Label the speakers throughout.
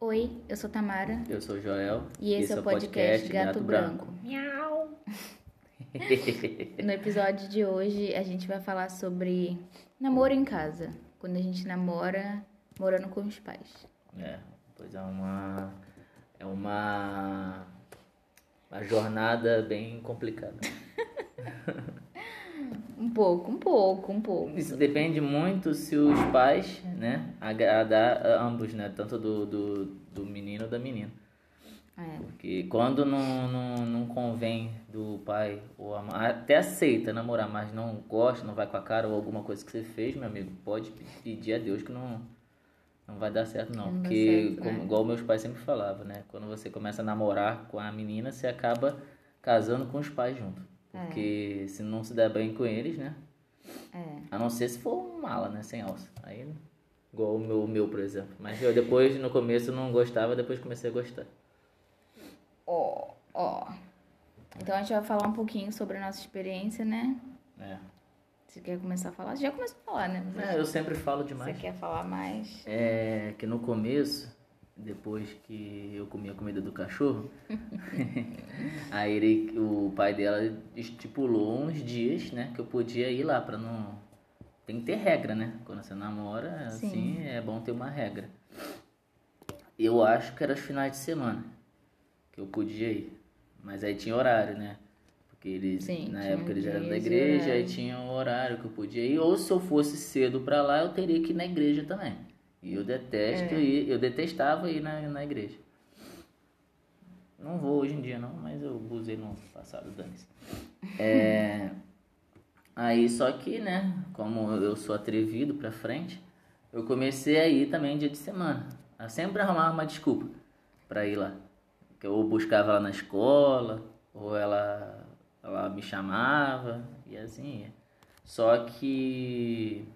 Speaker 1: Oi, eu sou Tamara
Speaker 2: Eu sou o Joel.
Speaker 1: e esse, é o podcast, Gato, Branco.
Speaker 3: Miau.
Speaker 1: No episódio de hoje a gente vai falar sobre namoro em casa, quando a gente namora morando com os pais.
Speaker 2: É, pois é uma. É uma. Uma jornada bem complicada.
Speaker 1: Um pouco, um pouco, um pouco.
Speaker 2: Isso depende muito se os pais, né, agradar a ambos, né, tanto do, do, do menino ou da menina.
Speaker 1: É.
Speaker 2: Porque quando não, não, não convém do pai ou a mãe, até aceita namorar, mas não gosta, não vai com a cara ou alguma coisa que você fez, meu amigo, pode pedir a Deus que não, não vai dar certo, não.
Speaker 1: Não dá
Speaker 2: Porque,
Speaker 1: certo,
Speaker 2: como-
Speaker 1: é.
Speaker 2: igual meus pais sempre falavam, né? Quando você começa a namorar com a menina, você acaba casando com os pais junto.
Speaker 1: É.
Speaker 2: Porque se não se der bem com eles, né?
Speaker 1: É.
Speaker 2: A não ser se for um mala, né? Sem alça. Aí, igual o meu, o meu, por exemplo. Mas eu depois, no começo, não gostava, depois comecei a gostar.
Speaker 1: Ó, ó. Então a gente vai falar um pouquinho sobre a nossa experiência, né?
Speaker 2: É.
Speaker 1: Você quer começar a falar? Você já começou a falar, né? Mas
Speaker 2: É, eu sempre falo
Speaker 1: Você
Speaker 2: demais.
Speaker 1: quer falar mais?
Speaker 2: É que no começo, depois que eu comi a comida do cachorro, aí ele, o pai dela estipulou uns dias, né, que eu podia ir lá pra não. Tem que ter regra, né? Quando você namora,
Speaker 1: Sim.
Speaker 2: assim, é bom ter uma regra. Eu acho que era os finais de semana que eu podia ir. Mas aí tinha horário, né? Porque eles,
Speaker 1: Sim,
Speaker 2: na
Speaker 1: tinha
Speaker 2: época eles eram da
Speaker 1: dias e
Speaker 2: igreja, aí
Speaker 1: horário.
Speaker 2: tinha um horário que eu podia ir. Ou se eu fosse cedo pra lá, eu teria que ir na igreja também. E eu detesto
Speaker 1: É.
Speaker 2: ir, eu detestava ir na, na igreja. Não vou hoje em dia não, mas eu usei no passado, dane-se. É, aí só que, né, como eu sou atrevido pra frente, eu comecei a ir também dia de semana. Eu sempre arrumava uma desculpa pra ir lá. Que eu buscava ela na escola, ou ela, ela me chamava, e assim ia. Só que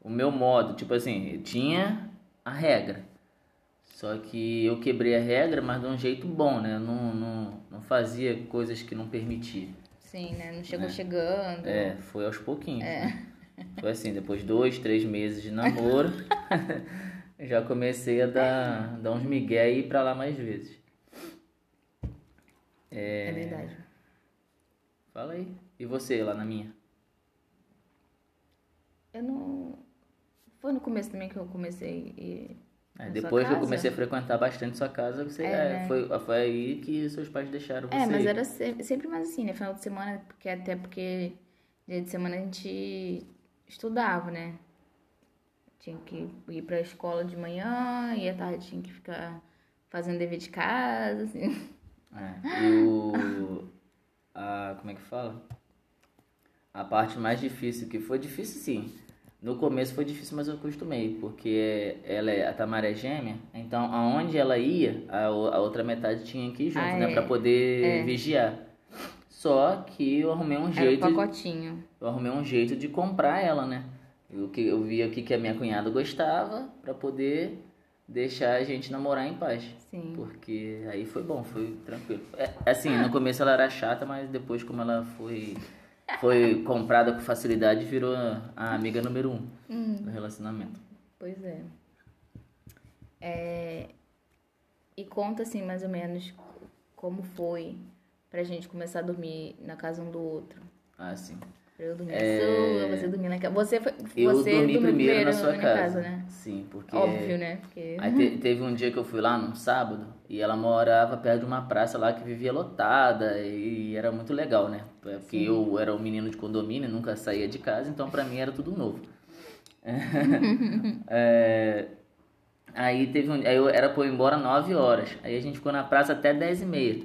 Speaker 2: o meu modo, tipo assim, eu tinha a regra. Só que eu quebrei a regra, mas de um jeito bom, né? Eu não, não, não fazia coisas que não permitia.
Speaker 1: Sim, né? Não chegou
Speaker 2: É.
Speaker 1: chegando.
Speaker 2: É, foi aos pouquinhos.
Speaker 1: é.
Speaker 2: né? Foi assim, depois de dois, três meses de namoro, já comecei a dar, dar uns migué e ir pra lá mais vezes.
Speaker 1: É verdade.
Speaker 2: Fala aí. E você lá na minha?
Speaker 1: Eu não. Foi no começo também que eu comecei e.
Speaker 2: É,
Speaker 1: Na
Speaker 2: depois
Speaker 1: sua
Speaker 2: que eu
Speaker 1: casa?
Speaker 2: comecei a frequentar bastante sua casa, você
Speaker 1: É,
Speaker 2: é,
Speaker 1: né?
Speaker 2: foi, foi aí que seus pais deixaram você.
Speaker 1: É, mas
Speaker 2: ir.
Speaker 1: era se- sempre mais assim, né? Final de semana, porque até porque dia de semana a gente estudava, né? Tinha que ir pra escola de manhã e à tarde tinha que ficar fazendo dever de casa,
Speaker 2: Um
Speaker 1: assim.
Speaker 2: É, e o. A, como é que fala? A parte mais difícil, que foi difícil sim. No começo foi difícil, mas eu acostumei, porque ela é, a Tamara é gêmea, então aonde ela ia, a, o- a outra metade tinha que ir junto,
Speaker 1: Ah,
Speaker 2: né?
Speaker 1: é.
Speaker 2: Pra poder vigiar. Só que eu arrumei um
Speaker 1: Era o
Speaker 2: jeito.
Speaker 1: pacotinho.
Speaker 2: Eu arrumei um jeito de comprar ela, né? Eu, que, eu via o que, que a minha cunhada gostava pra poder deixar a gente namorar em paz.
Speaker 1: Sim.
Speaker 2: Porque aí foi bom, foi tranquilo. É, assim, no começo ela era chata, mas depois como ela foi, foi comprada com facilidade, virou a- a amiga número um
Speaker 1: Hum.
Speaker 2: do relacionamento.
Speaker 1: Pois é. É, E conta assim, mais ou menos, como foi pra gente começar a dormir na casa um do outro.
Speaker 2: Ah, sim.
Speaker 1: Pra eu dormir
Speaker 2: É.
Speaker 1: na sua, você dormir na casa. Você, é foi-
Speaker 2: Eu
Speaker 1: você
Speaker 2: dormi
Speaker 1: dormiu
Speaker 2: primeiro na sua
Speaker 1: minha
Speaker 2: casa.
Speaker 1: né?
Speaker 2: Sim, porque...
Speaker 1: Óbvio, né? Porque.
Speaker 2: Aí te- teve um dia que eu fui lá num sábado e ela morava perto de uma praça lá que vivia lotada e era muito legal, né? Porque eu era um menino de condomínio, nunca saía de casa, então pra mim era tudo novo. É, aí teve um, aí eu era pra eu ir embora 9 horas. Aí a gente ficou na praça até 10 e meia.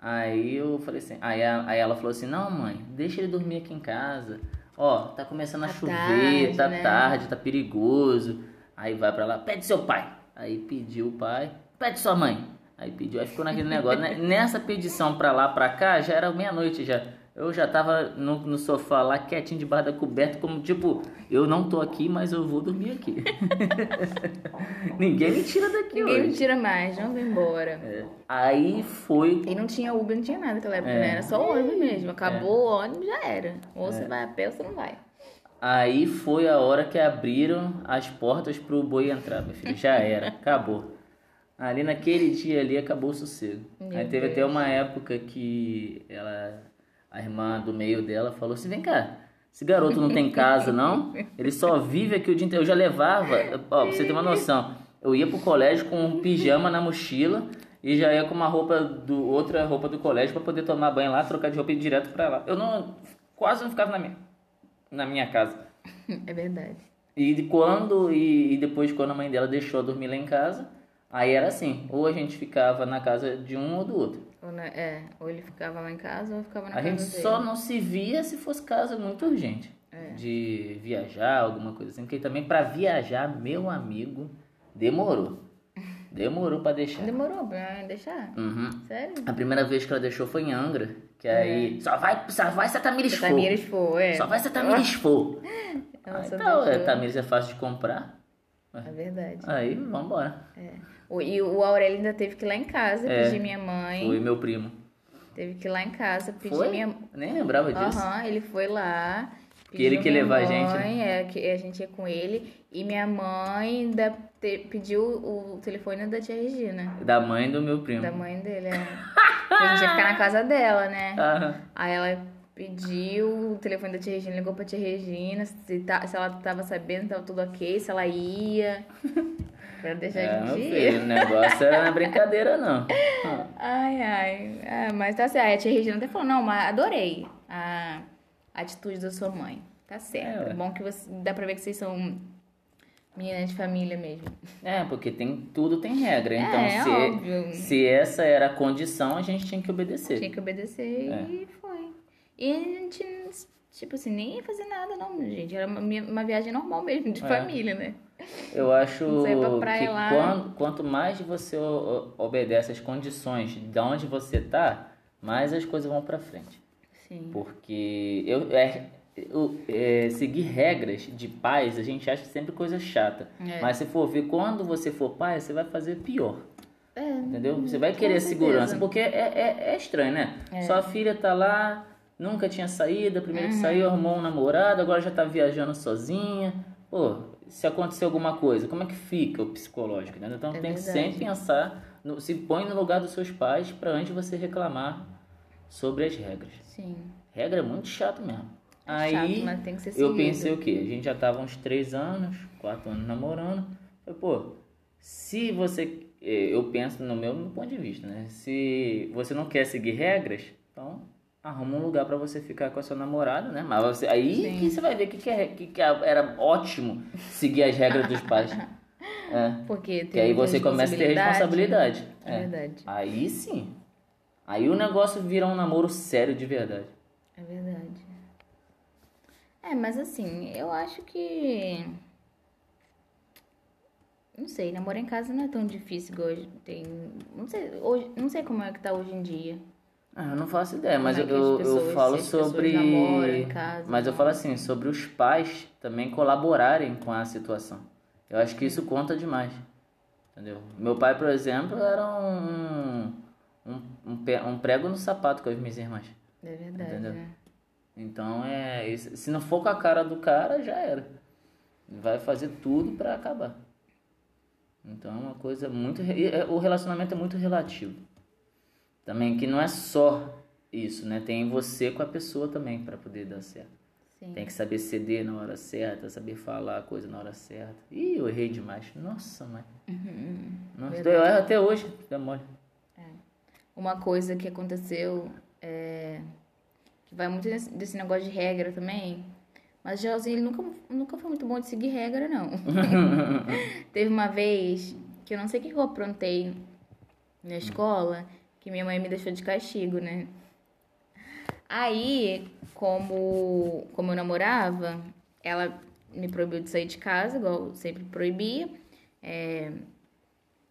Speaker 2: Aí eu falei assim, aí, a- aí ela falou assim, não mãe, deixa ele dormir aqui em casa. Ó, tá começando a
Speaker 1: Tá
Speaker 2: chover,
Speaker 1: tarde,
Speaker 2: tá
Speaker 1: né?
Speaker 2: tarde, tá perigoso. Aí vai pra lá, pede seu pai. Aí pediu o pai, pede sua mãe. Aí pediu, aí ficou naquele negócio. né? Nessa pedição pra lá, pra cá, já era meia-noite já. Eu já tava no, no sofá lá, quietinho, debaixo da coberta, como tipo, eu não tô aqui, mas eu vou dormir aqui. Ninguém me tira daqui
Speaker 1: Ninguém me
Speaker 2: hoje.
Speaker 1: tira mais, não vou embora.
Speaker 2: É. Aí foi
Speaker 1: E não tinha Uber, não tinha nada naquela época,
Speaker 2: É. É.
Speaker 1: né? Era só ônibus mesmo. Acabou o ônibus, já era. Ou você vai a pé ou você não vai.
Speaker 2: Aí foi a hora que abriram as portas pro boi entrar, meu filho. Já era, acabou. Ali naquele dia ali acabou o sossego.
Speaker 1: Meu
Speaker 2: Aí teve
Speaker 1: Deus.
Speaker 2: até uma época que ela, a irmã do meio dela falou assim, vem cá, esse garoto não tem casa não, ele só vive aqui o dia inteiro. Eu já levava, ó, pra você ter uma noção, eu ia pro colégio com um pijama na mochila e já ia com uma roupa do outra roupa do colégio pra poder tomar banho lá, trocar de roupa e ir direto pra lá. Eu não quase não ficava na minha, na minha casa.
Speaker 1: É verdade.
Speaker 2: E de quando e, e depois quando a mãe dela deixou eu dormir lá em casa, aí era assim, ou a gente ficava na casa de um ou do outro.
Speaker 1: Ou, na- é, ou ele ficava lá em casa ou eu ficava na
Speaker 2: a
Speaker 1: casa
Speaker 2: gente
Speaker 1: dele. É.
Speaker 2: só não se via se fosse caso muito urgente de viajar, alguma coisa assim, porque também pra viajar, meu amigo, demorou. Demorou pra deixar.
Speaker 1: Demorou pra deixar?
Speaker 2: Uhum.
Speaker 1: Sério?
Speaker 2: A primeira vez que ela deixou foi em Angra, que aí só vai, só vai Satamiris
Speaker 1: Você É. Tamires
Speaker 2: Fogo.
Speaker 1: for, é.
Speaker 2: Só vai Satamiris Fogo.
Speaker 1: Ela
Speaker 2: Ah,
Speaker 1: só
Speaker 2: Então, é,
Speaker 1: deixou.
Speaker 2: Tamires é fácil de comprar.
Speaker 1: É verdade.
Speaker 2: Aí, vambora.
Speaker 1: O- e o Aurélio ainda teve que ir lá em casa
Speaker 2: É.
Speaker 1: pedir minha mãe.
Speaker 2: Eu e meu primo.
Speaker 1: Teve que ir lá em casa pedir
Speaker 2: Foi?
Speaker 1: minha
Speaker 2: Nem lembrava disso.
Speaker 1: Aham, ele foi lá.
Speaker 2: Que ele
Speaker 1: pediu
Speaker 2: que
Speaker 1: minha
Speaker 2: levar a gente, né?
Speaker 1: mãe, é, que a gente ia com ele. E minha mãe ainda te- pediu o telefone da tia Regina,
Speaker 2: Da mãe do meu primo.
Speaker 1: da mãe dele. É. a gente ia ficar na casa dela, né?
Speaker 2: Ah,
Speaker 1: Aí ela pediu o telefone da tia Regina, ligou pra tia Regina, se, ta- se ela tava sabendo, se tava tudo ok, se ela ia. pra deixar
Speaker 2: é,
Speaker 1: a
Speaker 2: meu
Speaker 1: gente ir.
Speaker 2: filho, o negócio era não é brincadeira, não. Ah,
Speaker 1: Ai, ai. É, mas tá certo. Aí a tia Regina até falou, não, mas adorei a a atitude da sua mãe. Tá
Speaker 2: É,
Speaker 1: certo.
Speaker 2: ué.
Speaker 1: Bom que você. Dá pra ver que vocês são meninas de família mesmo.
Speaker 2: É, porque tem, tudo tem regra. Então,
Speaker 1: é,
Speaker 2: se,
Speaker 1: óbvio.
Speaker 2: se essa era a condição, a gente tinha que obedecer.
Speaker 1: Tinha que obedecer
Speaker 2: É.
Speaker 1: e foi. E a gente, tipo assim, nem ia fazer nada, não, gente. Era uma, minha- uma viagem normal mesmo, de
Speaker 2: É.
Speaker 1: família, né?
Speaker 2: Eu acho
Speaker 1: Não sei, pra praia
Speaker 2: que
Speaker 1: lá.
Speaker 2: quan- quanto mais você o- o- obedece às condições de onde você tá, mais as coisas vão pra frente.
Speaker 1: Sim.
Speaker 2: Porque eu, é, eu- é, seguir regras de paz, a gente acha sempre coisa chata.
Speaker 1: É.
Speaker 2: Mas se for ver quando você for pai, você vai fazer pior.
Speaker 1: É.
Speaker 2: Entendeu? Você vai
Speaker 1: Com
Speaker 2: querer
Speaker 1: certeza.
Speaker 2: segurança, porque é, é, é estranho, né? Sua filha tá lá, nunca tinha saído, a primeira
Speaker 1: Uhum.
Speaker 2: que saiu arrumou um namorado, agora já tá viajando sozinha. Pô, se acontecer alguma coisa, como é que fica o psicológico, né? Então
Speaker 1: É
Speaker 2: tem que
Speaker 1: verdade.
Speaker 2: sempre pensar, no- se põe no lugar dos seus pais pra antes você reclamar sobre as regras.
Speaker 1: Sim.
Speaker 2: Regra é muito chato mesmo.
Speaker 1: É
Speaker 2: Aí
Speaker 1: chato, mas tem que ser
Speaker 2: eu
Speaker 1: seguido.
Speaker 2: pensei o quê? A gente já tava uns três anos, quatro anos namorando. Eu, pô, se você. eh, Eu penso no meu no ponto de vista, né? Se você não quer seguir regras, então arruma um lugar pra você ficar com a sua namorada, né? Mas você, aí
Speaker 1: Sim.
Speaker 2: que você vai ver que, que, é- que, que era ótimo seguir as regras dos pais. É.
Speaker 1: Porque tem
Speaker 2: Que aí você começa a ter responsabilidade.
Speaker 1: É verdade.
Speaker 2: Aí sim. Aí o negócio vira um namoro sério de verdade.
Speaker 1: É verdade. É, mas assim, eu acho que. Não sei, namorar em casa não é tão difícil igual hoje tem. Não sei, hoje, não sei como é que tá hoje em dia.
Speaker 2: Ah, eu não faço ideia, mas eu,
Speaker 1: Como é que as
Speaker 2: eu,
Speaker 1: pessoas-
Speaker 2: eu falo
Speaker 1: se as pessoas
Speaker 2: sobre.
Speaker 1: namoram em casa, né?
Speaker 2: mas eu
Speaker 1: não.
Speaker 2: falo assim, sobre os pais também colaborarem com a situação. Eu acho que isso conta demais. Entendeu? Meu pai, por exemplo, era um, um, um, pe- um prego no sapato com as minhas irmãs.
Speaker 1: É verdade,
Speaker 2: Entendeu?
Speaker 1: né?
Speaker 2: Então é. isso- Se não for com a cara do cara, já era. Vai fazer tudo pra acabar. Então é uma coisa muito. re- e é- O relacionamento é muito relativo. Também que não é só isso, né? Tem você com a pessoa também pra poder dar certo.
Speaker 1: Sim.
Speaker 2: Tem que saber ceder na hora certa, saber falar a coisa na hora certa. Ih, eu errei demais. Nossa, mãe.
Speaker 1: Uhum.
Speaker 2: Nossa, eu erro até hoje, dá mole.
Speaker 1: Uma coisa que aconteceu é. Que vai muito desse, desse negócio de regra também. Mas o Geralzinho, ele nunca, nunca foi muito bom de seguir regra, não. Teve uma vez que eu não sei o que eu aprontei na escola, que minha mãe me deixou de castigo, né? Aí, como, como eu namorava, ela me proibiu de sair de casa, igual eu sempre proibia. é,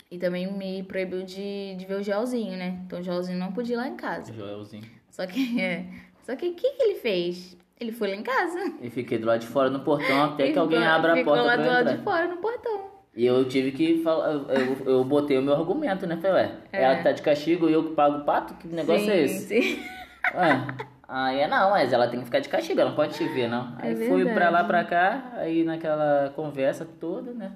Speaker 1: e também me proibiu de, de ver o Joelzinho, né? Então o Joelzinho não podia ir lá em casa.
Speaker 2: Joelzinho.
Speaker 1: Só que, é, só que o que, que ele fez? Ele foi lá em casa.
Speaker 2: E fiquei do lado de fora no portão até é que
Speaker 1: Ficou-
Speaker 2: alguém abra a
Speaker 1: ficou
Speaker 2: porta
Speaker 1: lá
Speaker 2: pra
Speaker 1: do
Speaker 2: eu
Speaker 1: lado
Speaker 2: entrar.
Speaker 1: de fora, no portão.
Speaker 2: E eu tive que falar, eu, eu- eu botei o meu argumento, né? Falei, ué,
Speaker 1: É.
Speaker 2: ela que tá de castigo e eu que pago o pato? Que negócio é
Speaker 1: Sim,
Speaker 2: esse?
Speaker 1: sim.
Speaker 2: Ué, aí é não, mas ela tem que ficar de castigo, ela não pode te ver, não.
Speaker 1: É
Speaker 2: Aí fui
Speaker 1: verdade.
Speaker 2: pra lá, pra cá, aí naquela conversa toda, né?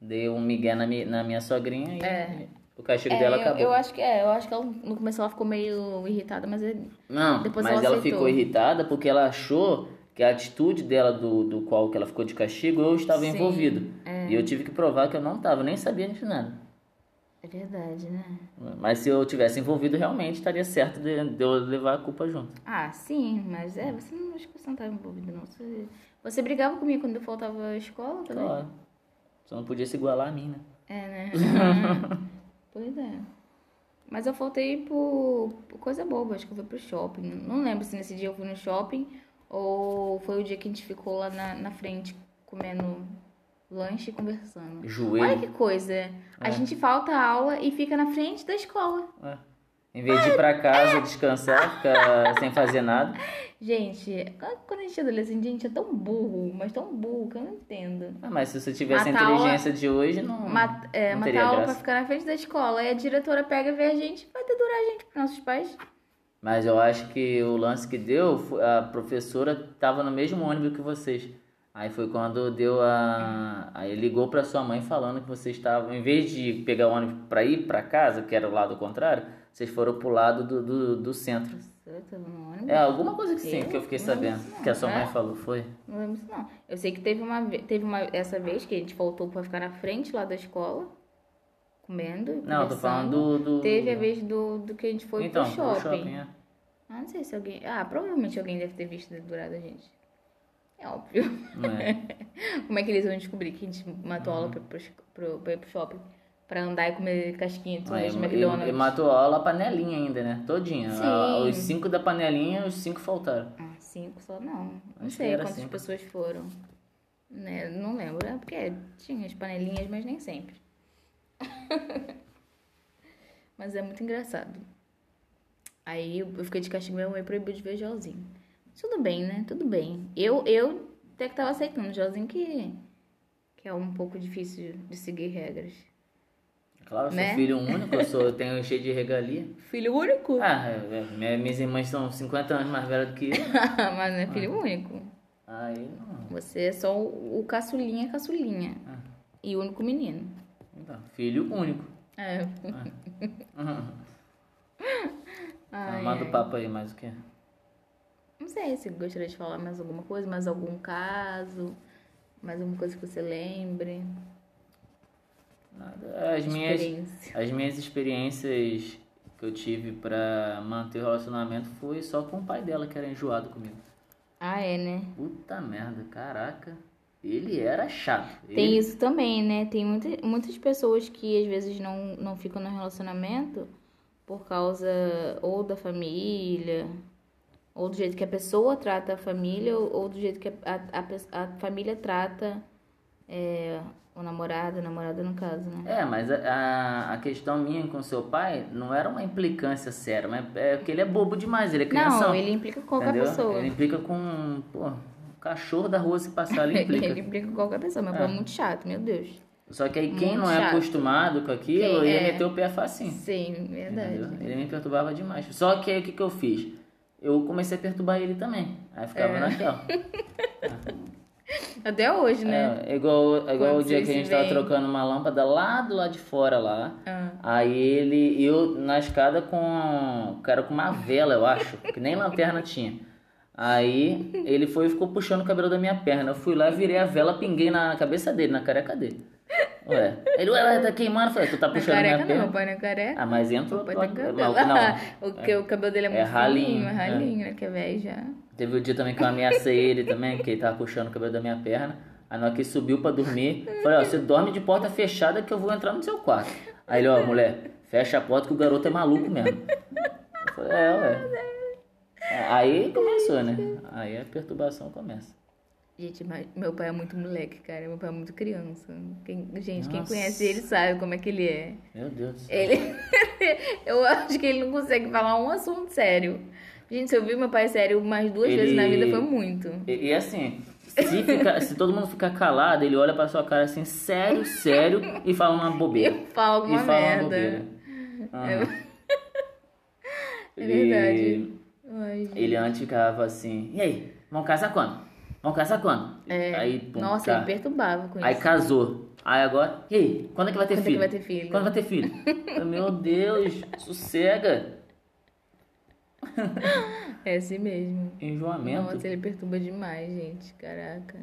Speaker 2: Dei um migué na, mi- na minha sogrinha e
Speaker 1: É.
Speaker 2: O castigo
Speaker 1: É,
Speaker 2: dela
Speaker 1: eu,
Speaker 2: acabou.
Speaker 1: eu acho que é, eu acho que ela no começo ela ficou meio irritada, mas é, ele-
Speaker 2: Não,
Speaker 1: Depois
Speaker 2: mas
Speaker 1: ela
Speaker 2: ela,
Speaker 1: aceitou.
Speaker 2: ficou irritada porque ela achou que a atitude dela do, do qual que ela ficou de castigo, eu estava
Speaker 1: Sim,
Speaker 2: envolvido. E eu tive que provar que eu não estava, nem sabia de nada.
Speaker 1: é verdade, né?
Speaker 2: Mas se eu tivesse envolvido, realmente estaria certo de, de eu levar a culpa junto.
Speaker 1: Ah, sim, mas é, você não acho que você não tava envolvido, não. Você, você brigava comigo quando eu faltava à escola também?
Speaker 2: Claro. Você não podia se igualar a mim, né?
Speaker 1: É, né? pois é. Mas eu faltei por, por coisa boba, acho que eu fui pro shopping. Não lembro se nesse dia eu fui no shopping ou foi o dia que a gente ficou lá na, na frente comendo lanche e conversando. Olha
Speaker 2: Joelho.
Speaker 1: que coisa. A gente falta a aula e fica na frente da escola.
Speaker 2: É. Em vez de ir pra casa descansar, ficar sem fazer nada.
Speaker 1: Gente, quando a gente é adolescente, a gente é tão burro, mas tão burro que eu não entendo.
Speaker 2: Ah, mas se você tivesse
Speaker 1: Matar
Speaker 2: a inteligência de hoje, não.
Speaker 1: Mat- é,
Speaker 2: não
Speaker 1: matar
Speaker 2: teria
Speaker 1: a aula pra
Speaker 2: graça.
Speaker 1: ficar na frente da escola. Aí a diretora pega, vê a gente, vai dedurar a gente pros nossos pais.
Speaker 2: Mas eu acho que o lance que deu, fo- a professora tava no mesmo ônibus que vocês. Aí foi quando deu a. Aí ligou pra sua mãe falando que vocês estavam. Em vez de pegar o ônibus pra ir pra casa, que era o lado contrário, vocês foram pro lado do, do, do centro.
Speaker 1: Eu tava no ônibus.
Speaker 2: É alguma coisa que sim,
Speaker 1: Eu?
Speaker 2: que eu fiquei
Speaker 1: Não,
Speaker 2: sabendo.
Speaker 1: não,
Speaker 2: Que é a sua
Speaker 1: né?
Speaker 2: mãe falou, foi?
Speaker 1: Não lembro isso não. Eu sei que teve uma, ve- teve uma essa vez que a gente voltou pra ficar na frente lá da escola, comendo.
Speaker 2: Não, eu tô
Speaker 1: conversando.
Speaker 2: falando do. do-
Speaker 1: Teve a vez do, do que a gente foi
Speaker 2: então,
Speaker 1: pro shopping.
Speaker 2: é.
Speaker 1: Ah, não sei se alguém. Ah, provavelmente alguém deve ter visto dedurado a gente. É óbvio.
Speaker 2: Não é.
Speaker 1: Como é que eles vão descobrir que a gente matou aula
Speaker 2: Uhum.
Speaker 1: pra, pro, pro, pra ir pro shopping? Pra andar e comer casquinha de
Speaker 2: Aí,
Speaker 1: sorvete de
Speaker 2: e, e
Speaker 1: McDonald's.
Speaker 2: matou a aula a panelinha ainda, né? Todinha.
Speaker 1: Sim.
Speaker 2: A- os cinco da panelinha, os cinco faltaram.
Speaker 1: Ah, cinco só não. Não
Speaker 2: Acho que
Speaker 1: sei
Speaker 2: era
Speaker 1: quantas
Speaker 2: cinco.
Speaker 1: pessoas foram. Né, Não lembro. É porque tinha as panelinhas, mas nem sempre. mas é muito engraçado. Aí eu eu fiquei de castigo, minha mãe proibiu de ver Joãozinho. Tudo bem, né? Tudo bem. Eu, eu até que tava aceitando. Joãozinho que, que é um pouco difícil de seguir regras.
Speaker 2: Claro, eu sou
Speaker 1: Né?
Speaker 2: filho único, eu, sou, eu tenho cheio de regalia.
Speaker 1: Filho único?
Speaker 2: Ah, é, é, minha- minhas irmãs são 50 anos mais velhas do que eu.
Speaker 1: mas não é filho
Speaker 2: Ah.
Speaker 1: único.
Speaker 2: Aí não.
Speaker 1: Você é só o, o caçulinha, caçulinha.
Speaker 2: Ah.
Speaker 1: E o único menino.
Speaker 2: Então, filho único.
Speaker 1: É.
Speaker 2: Uhum.
Speaker 1: Ai,
Speaker 2: Manda
Speaker 1: ai.
Speaker 2: o papo aí mais o que?
Speaker 1: Não sei se gostaria de falar mais alguma coisa, mais algum caso, mais alguma coisa que você lembre.
Speaker 2: Nada. As minhas,
Speaker 1: Experiência.
Speaker 2: as minhas experiências que eu tive pra manter o relacionamento foi só com o pai dela, que era enjoado comigo.
Speaker 1: Ah, é, né?
Speaker 2: Puta merda, caraca. Ele era chato.
Speaker 1: Tem
Speaker 2: Ele-
Speaker 1: isso também, né? Tem muita, muitas pessoas que às vezes não, não ficam no relacionamento por causa ou da família, ou do jeito que a pessoa trata a família, ou, ou do jeito que a, a, a pe- a família trata é, o namorado, a namorada no caso, né?
Speaker 2: É, mas a, a, a questão minha com seu pai não era uma implicância séria, mas é porque ele é bobo demais, ele é criança.
Speaker 1: Não, ele implica com qualquer
Speaker 2: Entendeu? É,
Speaker 1: pessoa.
Speaker 2: Ele implica com. um, Pô, o cachorro da rua se passar ali implica.
Speaker 1: Ele implica com qualquer pessoa, mas
Speaker 2: É.
Speaker 1: foi muito chato, meu Deus.
Speaker 2: Só que aí quem
Speaker 1: Muito
Speaker 2: não é
Speaker 1: chato.
Speaker 2: acostumado com aquilo
Speaker 1: Quem
Speaker 2: ia
Speaker 1: é.
Speaker 2: meter o pé facinho.
Speaker 1: Sim, verdade.
Speaker 2: entendeu? Ele me perturbava demais. Só que aí o que, que eu fiz? Eu comecei a perturbar ele também. Aí ficava
Speaker 1: É.
Speaker 2: naquela.
Speaker 1: Até hoje, né?
Speaker 2: É, igual igual o
Speaker 1: Quando
Speaker 2: dia
Speaker 1: vocês
Speaker 2: que a gente
Speaker 1: se
Speaker 2: tava
Speaker 1: veem.
Speaker 2: trocando uma lâmpada lá do lado de fora lá.
Speaker 1: Ah.
Speaker 2: Aí ele, eu na escada com. o Cara, com uma vela, eu acho, que nem lanterna tinha. Aí ele foi e ficou puxando o cabelo da minha perna. Eu fui lá, virei a vela, pinguei na cabeça dele, na careca dele. Ué. Ele, ué, ué, tá queimando. Eu falei, tu tá
Speaker 1: Não é
Speaker 2: puxando a
Speaker 1: careca
Speaker 2: minha
Speaker 1: não, tá
Speaker 2: perna.
Speaker 1: meu pai não é careca.
Speaker 2: Ah, mas entrou.
Speaker 1: Meu pai
Speaker 2: pela-
Speaker 1: tem cabelo.
Speaker 2: Não, não.
Speaker 1: o, que, o cabelo dele é
Speaker 2: É
Speaker 1: muito
Speaker 2: ralinho,
Speaker 1: fininho, é
Speaker 2: é.
Speaker 1: ralinho, né? Que é velho já.
Speaker 2: Teve o dia também que eu ameacei ele também, que ele tava puxando o cabelo da minha perna. Aí na hora que ele subiu pra dormir, eu falei, ó, você dorme de porta fechada que eu vou entrar no seu quarto. Aí ele, ó, mulher, fecha a porta que o garoto é maluco mesmo. Eu falei, é, ué. É, Aí começou, né? Aí a perturbação começa.
Speaker 1: Gente, mas meu pai é muito moleque, cara. Meu pai é muito criança. Quem- gente, quem
Speaker 2: Nossa.
Speaker 1: conhece ele sabe como é que ele é.
Speaker 2: Meu Deus do céu.
Speaker 1: Ele. eu acho que ele não consegue falar um assunto sério. Gente, se eu vi meu pai sério mais duas
Speaker 2: Ele-
Speaker 1: vezes na vida, foi muito.
Speaker 2: E, e assim, se, fica- se todo mundo ficar calado, ele olha pra sua cara assim, sério, sério, e fala uma bobeira.
Speaker 1: Eu falo
Speaker 2: E
Speaker 1: alguma
Speaker 2: fala uma
Speaker 1: merda.
Speaker 2: bobeira. Aham.
Speaker 1: É
Speaker 2: Ele-
Speaker 1: verdade. Ai, gente.
Speaker 2: Ele antes ficava assim, e aí, vamos casar quando? Vamos casar quando?
Speaker 1: É.
Speaker 2: Aí, pum,
Speaker 1: Nossa,
Speaker 2: ca-
Speaker 1: ele perturbava com
Speaker 2: Aí
Speaker 1: isso.
Speaker 2: casou. Aí agora, e aí, quando é que vai ter
Speaker 1: Quando é que
Speaker 2: filho?
Speaker 1: vai ter filho?
Speaker 2: Quando vai ter filho? Eu, Meu Deus, sossega.
Speaker 1: É assim mesmo.
Speaker 2: Enjoamento.
Speaker 1: Nossa, ele perturba demais, gente. Caraca.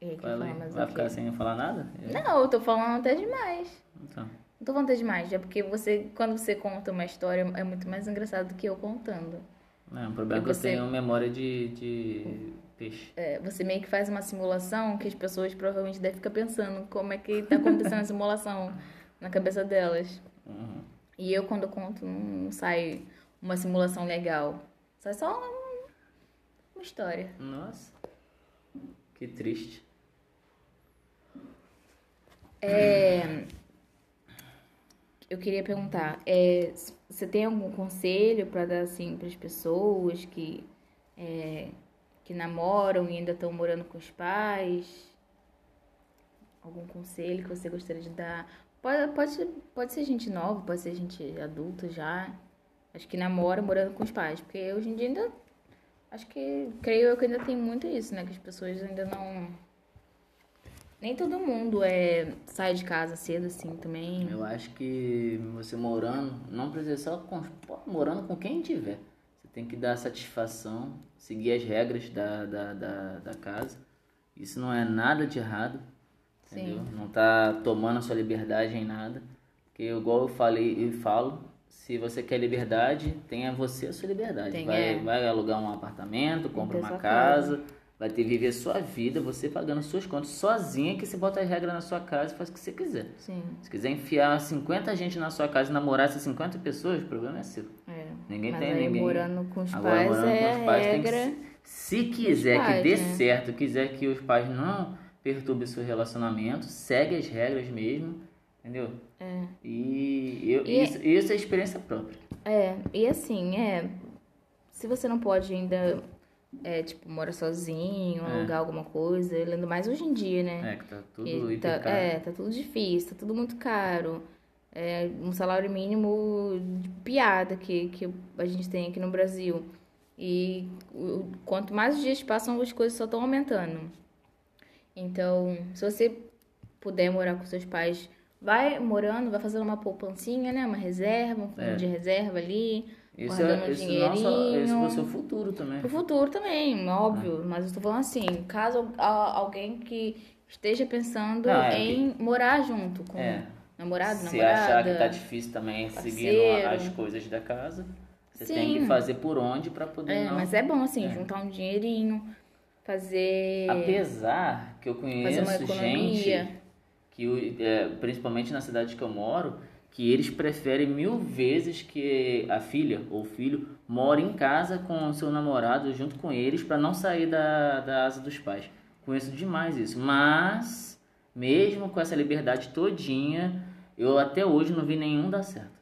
Speaker 1: E aí, É, quer
Speaker 2: Fala
Speaker 1: falar
Speaker 2: aí.
Speaker 1: mais
Speaker 2: vai
Speaker 1: o quê?
Speaker 2: ficar assim. sem falar nada?
Speaker 1: Não, eu tô falando até demais.
Speaker 2: Então,
Speaker 1: Não tô falando até demais. É porque você, quando você conta uma história, é muito mais engraçado do que eu contando.
Speaker 2: não, o problema é que eu
Speaker 1: você-
Speaker 2: tenho memória de, de peixe.
Speaker 1: É, Você meio que faz uma simulação que as pessoas provavelmente devem ficar pensando como é que tá acontecendo a simulação na cabeça delas.
Speaker 2: Uhum.
Speaker 1: E eu, quando eu conto, não, não sai uma simulação legal. Sai só um- uma história.
Speaker 2: Nossa, que triste.
Speaker 1: Eu queria perguntar, é, s- você tem algum conselho pra dar assim para pessoas que é, que namoram e ainda estão morando com os pais? Algum conselho que você gostaria de dar? Pode, pode, pode ser gente nova, pode ser gente adulta já. Acho que namora morando com os pais, porque hoje em dia ainda acho que creio eu que ainda tem muito isso, né? Que as pessoas ainda não nem todo mundo é sai de casa cedo assim também.
Speaker 2: Eu acho que você morando, não precisa ser só com, pô, morando com quem tiver. Você tem que dar satisfação, seguir as regras da, da, da, da casa. Isso não é nada de errado,
Speaker 1: Sim.
Speaker 2: entendeu? Não tá tomando a sua liberdade em nada. Porque igual eu falei e falo, se você quer liberdade, tenha você a sua liberdade.
Speaker 1: Tem,
Speaker 2: vai,
Speaker 1: é.
Speaker 2: vai alugar um apartamento, compra
Speaker 1: ter
Speaker 2: uma
Speaker 1: sua
Speaker 2: casa, vai ter viver sua vida, você pagando suas contas sozinha, que você bota as regras na sua casa e faz o que você quiser.
Speaker 1: Sim.
Speaker 2: Se quiser enfiar 50 gente na sua casa e namorar essas 50 pessoas, o problema é seu.
Speaker 1: É.
Speaker 2: Ninguém
Speaker 1: Mas
Speaker 2: tem
Speaker 1: aí,
Speaker 2: ninguém.
Speaker 1: morando com os
Speaker 2: Agora,
Speaker 1: pais
Speaker 2: morando
Speaker 1: é
Speaker 2: com os pais,
Speaker 1: a
Speaker 2: tem que
Speaker 1: regra.
Speaker 2: se- Se quiser que
Speaker 1: pais,
Speaker 2: dê
Speaker 1: né?
Speaker 2: certo, quiser que os pais não perturbem seu relacionamento, segue as regras mesmo, entendeu?
Speaker 1: É.
Speaker 2: E, eu-
Speaker 1: E-
Speaker 2: Isso, isso é experiência própria.
Speaker 1: É, e assim, é. Se você não pode ainda, é, tipo, morar sozinho,
Speaker 2: É.
Speaker 1: alugar alguma coisa, ainda mais hoje em dia, né?
Speaker 2: É, que tá tudo
Speaker 1: Que tá,
Speaker 2: hipercaro.
Speaker 1: é, tá tudo difícil, tá tudo muito caro. É, um salário mínimo de piada que, que a gente tem aqui no Brasil. E o- o- quanto mais os dias passam, as coisas só estão aumentando. Então, se você puder morar com seus pais, vai morando, vai fazendo uma poupancinha, né? Uma reserva, um fundo
Speaker 2: É.
Speaker 1: de reserva ali.
Speaker 2: Isso,
Speaker 1: guardando
Speaker 2: é,
Speaker 1: um
Speaker 2: isso não só, isso
Speaker 1: dinheirinho.
Speaker 2: pro seu futuro também.
Speaker 1: Pro futuro também,
Speaker 2: É.
Speaker 1: óbvio. Mas eu tô falando assim, caso al- a- alguém que esteja pensando
Speaker 2: Ah, é,
Speaker 1: em morar junto com
Speaker 2: É.
Speaker 1: namorado,
Speaker 2: Se
Speaker 1: namorada.
Speaker 2: achar que tá difícil também seguindo
Speaker 1: parceiro.
Speaker 2: as coisas da casa, você
Speaker 1: Sim.
Speaker 2: tem que fazer por onde pra poder
Speaker 1: É,
Speaker 2: não
Speaker 1: mas é bom assim,
Speaker 2: É.
Speaker 1: juntar um dinheirinho, fazer.
Speaker 2: Apesar que eu conheço
Speaker 1: economia.
Speaker 2: gente que, o- é, principalmente na cidade que eu moro, que eles preferem mil vezes que a filha ou o filho more em casa com o seu namorado junto com eles para não sair da, da asa dos pais. Conheço demais isso. Mas, mesmo com essa liberdade todinha, eu até hoje não vi nenhum dar certo.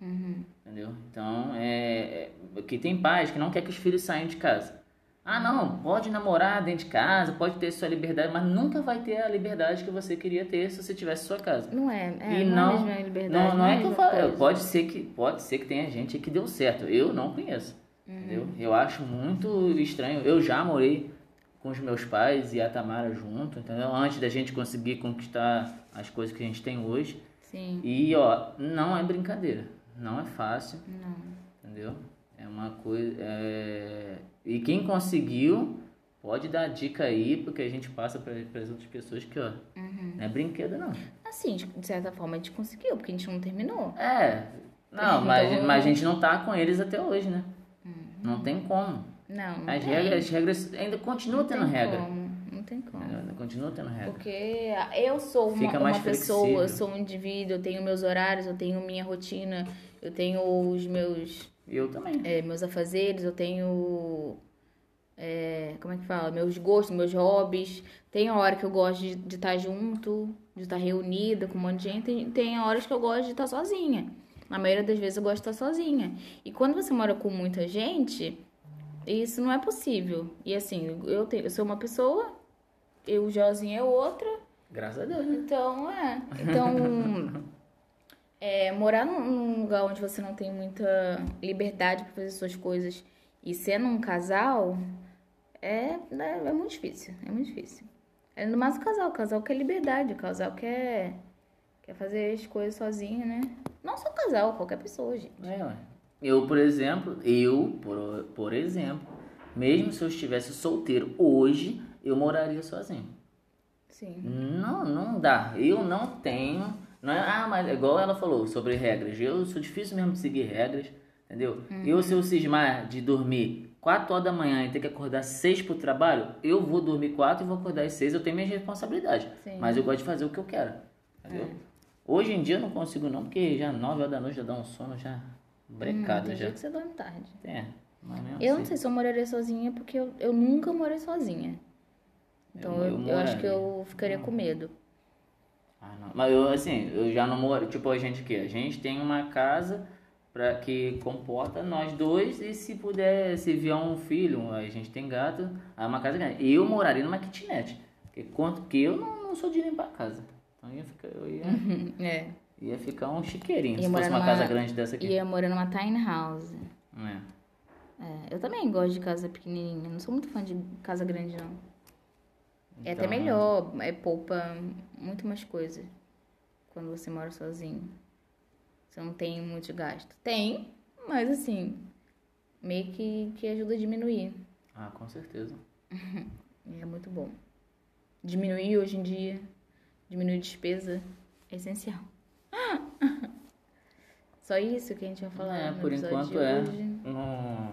Speaker 2: Entendeu? Então, é, é, que tem pais que não quer que os filhos saiam de casa. Ah, não, pode namorar dentro de casa, pode ter sua liberdade, mas nunca vai ter a liberdade que você queria ter se você tivesse sua casa.
Speaker 1: Não é, é não, é
Speaker 2: E não-
Speaker 1: mesmo a liberdade.
Speaker 2: Não, não é que eu
Speaker 1: mesma
Speaker 2: falo,
Speaker 1: coisa.
Speaker 2: pode ser que pode ser que tenha gente que deu certo. Eu não conheço. Entendeu? Eu acho muito estranho. Eu já morei com os meus pais e a Tamara junto, entendeu? Antes da gente conseguir conquistar as coisas que a gente tem hoje.
Speaker 1: Sim.
Speaker 2: E ó, não é brincadeira, não é fácil.
Speaker 1: Não.
Speaker 2: Entendeu? É uma coisa. é, E quem conseguiu, pode dar dica aí, porque a gente passa para as outras pessoas que, ó, não é brinquedo, não.
Speaker 1: Assim, de de certa forma a gente conseguiu, porque a gente não terminou.
Speaker 2: É. Não,
Speaker 1: Então-
Speaker 2: mas, mas a gente não tá com eles até hoje, né? Não tem como.
Speaker 1: Não, Uhum. não
Speaker 2: As
Speaker 1: tem.
Speaker 2: regras, as regras ainda continua
Speaker 1: não tem
Speaker 2: tendo regra.
Speaker 1: Como, não tem como.
Speaker 2: Ainda Continua tendo regra.
Speaker 1: Porque eu sou uma,
Speaker 2: Fica mais
Speaker 1: uma pessoa, eu
Speaker 2: flexível.
Speaker 1: sou um indivíduo, eu tenho meus horários, eu tenho minha rotina, eu tenho os meus,
Speaker 2: E eu também.
Speaker 1: é, meus afazeres, eu tenho. é, como é que fala? Meus gostos, meus hobbies. Tem a hora que eu gosto de de estar junto, de estar reunida com um monte de gente, tem, tem horas que eu gosto de estar sozinha. Na maioria das vezes eu gosto de estar sozinha. E quando você mora com muita gente, isso não é possível. E assim, eu, tenho, eu sou uma pessoa, eu, o Jozinho é outra.
Speaker 2: Graças a Deus, né?
Speaker 1: Então, é. Então, é, morar num- num lugar onde você não tem muita liberdade para fazer suas coisas e sendo um casal é, né, é, muito difícil. É muito difícil. É no mais o casal. O casal quer liberdade. O casal quer, quer fazer as coisas sozinho, né? Não só o casal, qualquer pessoa, gente.
Speaker 2: É, ué. Eu, por exemplo, eu, por, por exemplo, mesmo se eu estivesse solteiro hoje, eu moraria sozinho.
Speaker 1: Sim.
Speaker 2: Não, não dá. Eu não tenho. Não é, ah, mas igual ela falou sobre regras. Eu sou difícil mesmo de seguir regras, entendeu? Eu, se eu cismar de dormir 4 horas da manhã e ter que acordar 6 pro trabalho, eu vou dormir 4 e vou acordar às 6. Eu tenho minhas responsabilidades.
Speaker 1: Sim. É.
Speaker 2: Mas é eu gosto de fazer o que eu quero, entendeu? Hoje em dia eu não consigo, não, porque já 9 horas da noite já dá um sono já brecado
Speaker 1: Hum, Tem
Speaker 2: já.
Speaker 1: dia que você dorme tarde.
Speaker 2: É, mas mesmo
Speaker 1: Eu
Speaker 2: assim,
Speaker 1: não sei se eu moraria sozinha, porque eu, eu nunca morei sozinha. Então eu, eu acho que
Speaker 2: moraria.
Speaker 1: eu ficaria com medo.
Speaker 2: Ah, não. Mas eu, assim, eu já não moro. Tipo, a gente que A gente tem uma casa pra que comporta nós dois e se puder, se vier um filho, a gente tem gato, é uma casa grande. Eu moraria numa kitnet. Porque quanto que eu não, não sou de limpar a casa. Então eu ia ficar, eu ia,
Speaker 1: é.
Speaker 2: ia ficar um chiqueirinho
Speaker 1: Ia
Speaker 2: se fosse
Speaker 1: morar
Speaker 2: uma
Speaker 1: numa-
Speaker 2: casa grande dessa aqui.
Speaker 1: Ia morar numa tiny house.
Speaker 2: É.
Speaker 1: É, eu também gosto de casa pequenininha. Não sou muito fã de casa grande, não. É até
Speaker 2: Então,
Speaker 1: melhor, é, poupa muito mais coisas quando você mora sozinho. Você não tem muito gasto. Tem, mas assim, meio que, que ajuda a diminuir.
Speaker 2: Ah, com certeza.
Speaker 1: E É muito bom. Diminuir hoje em dia, diminuir despesa é essencial. Só isso que a gente vai falar.
Speaker 2: É,
Speaker 1: no
Speaker 2: por
Speaker 1: episódio
Speaker 2: enquanto
Speaker 1: de
Speaker 2: é.
Speaker 1: hoje. né?
Speaker 2: Não- Hum,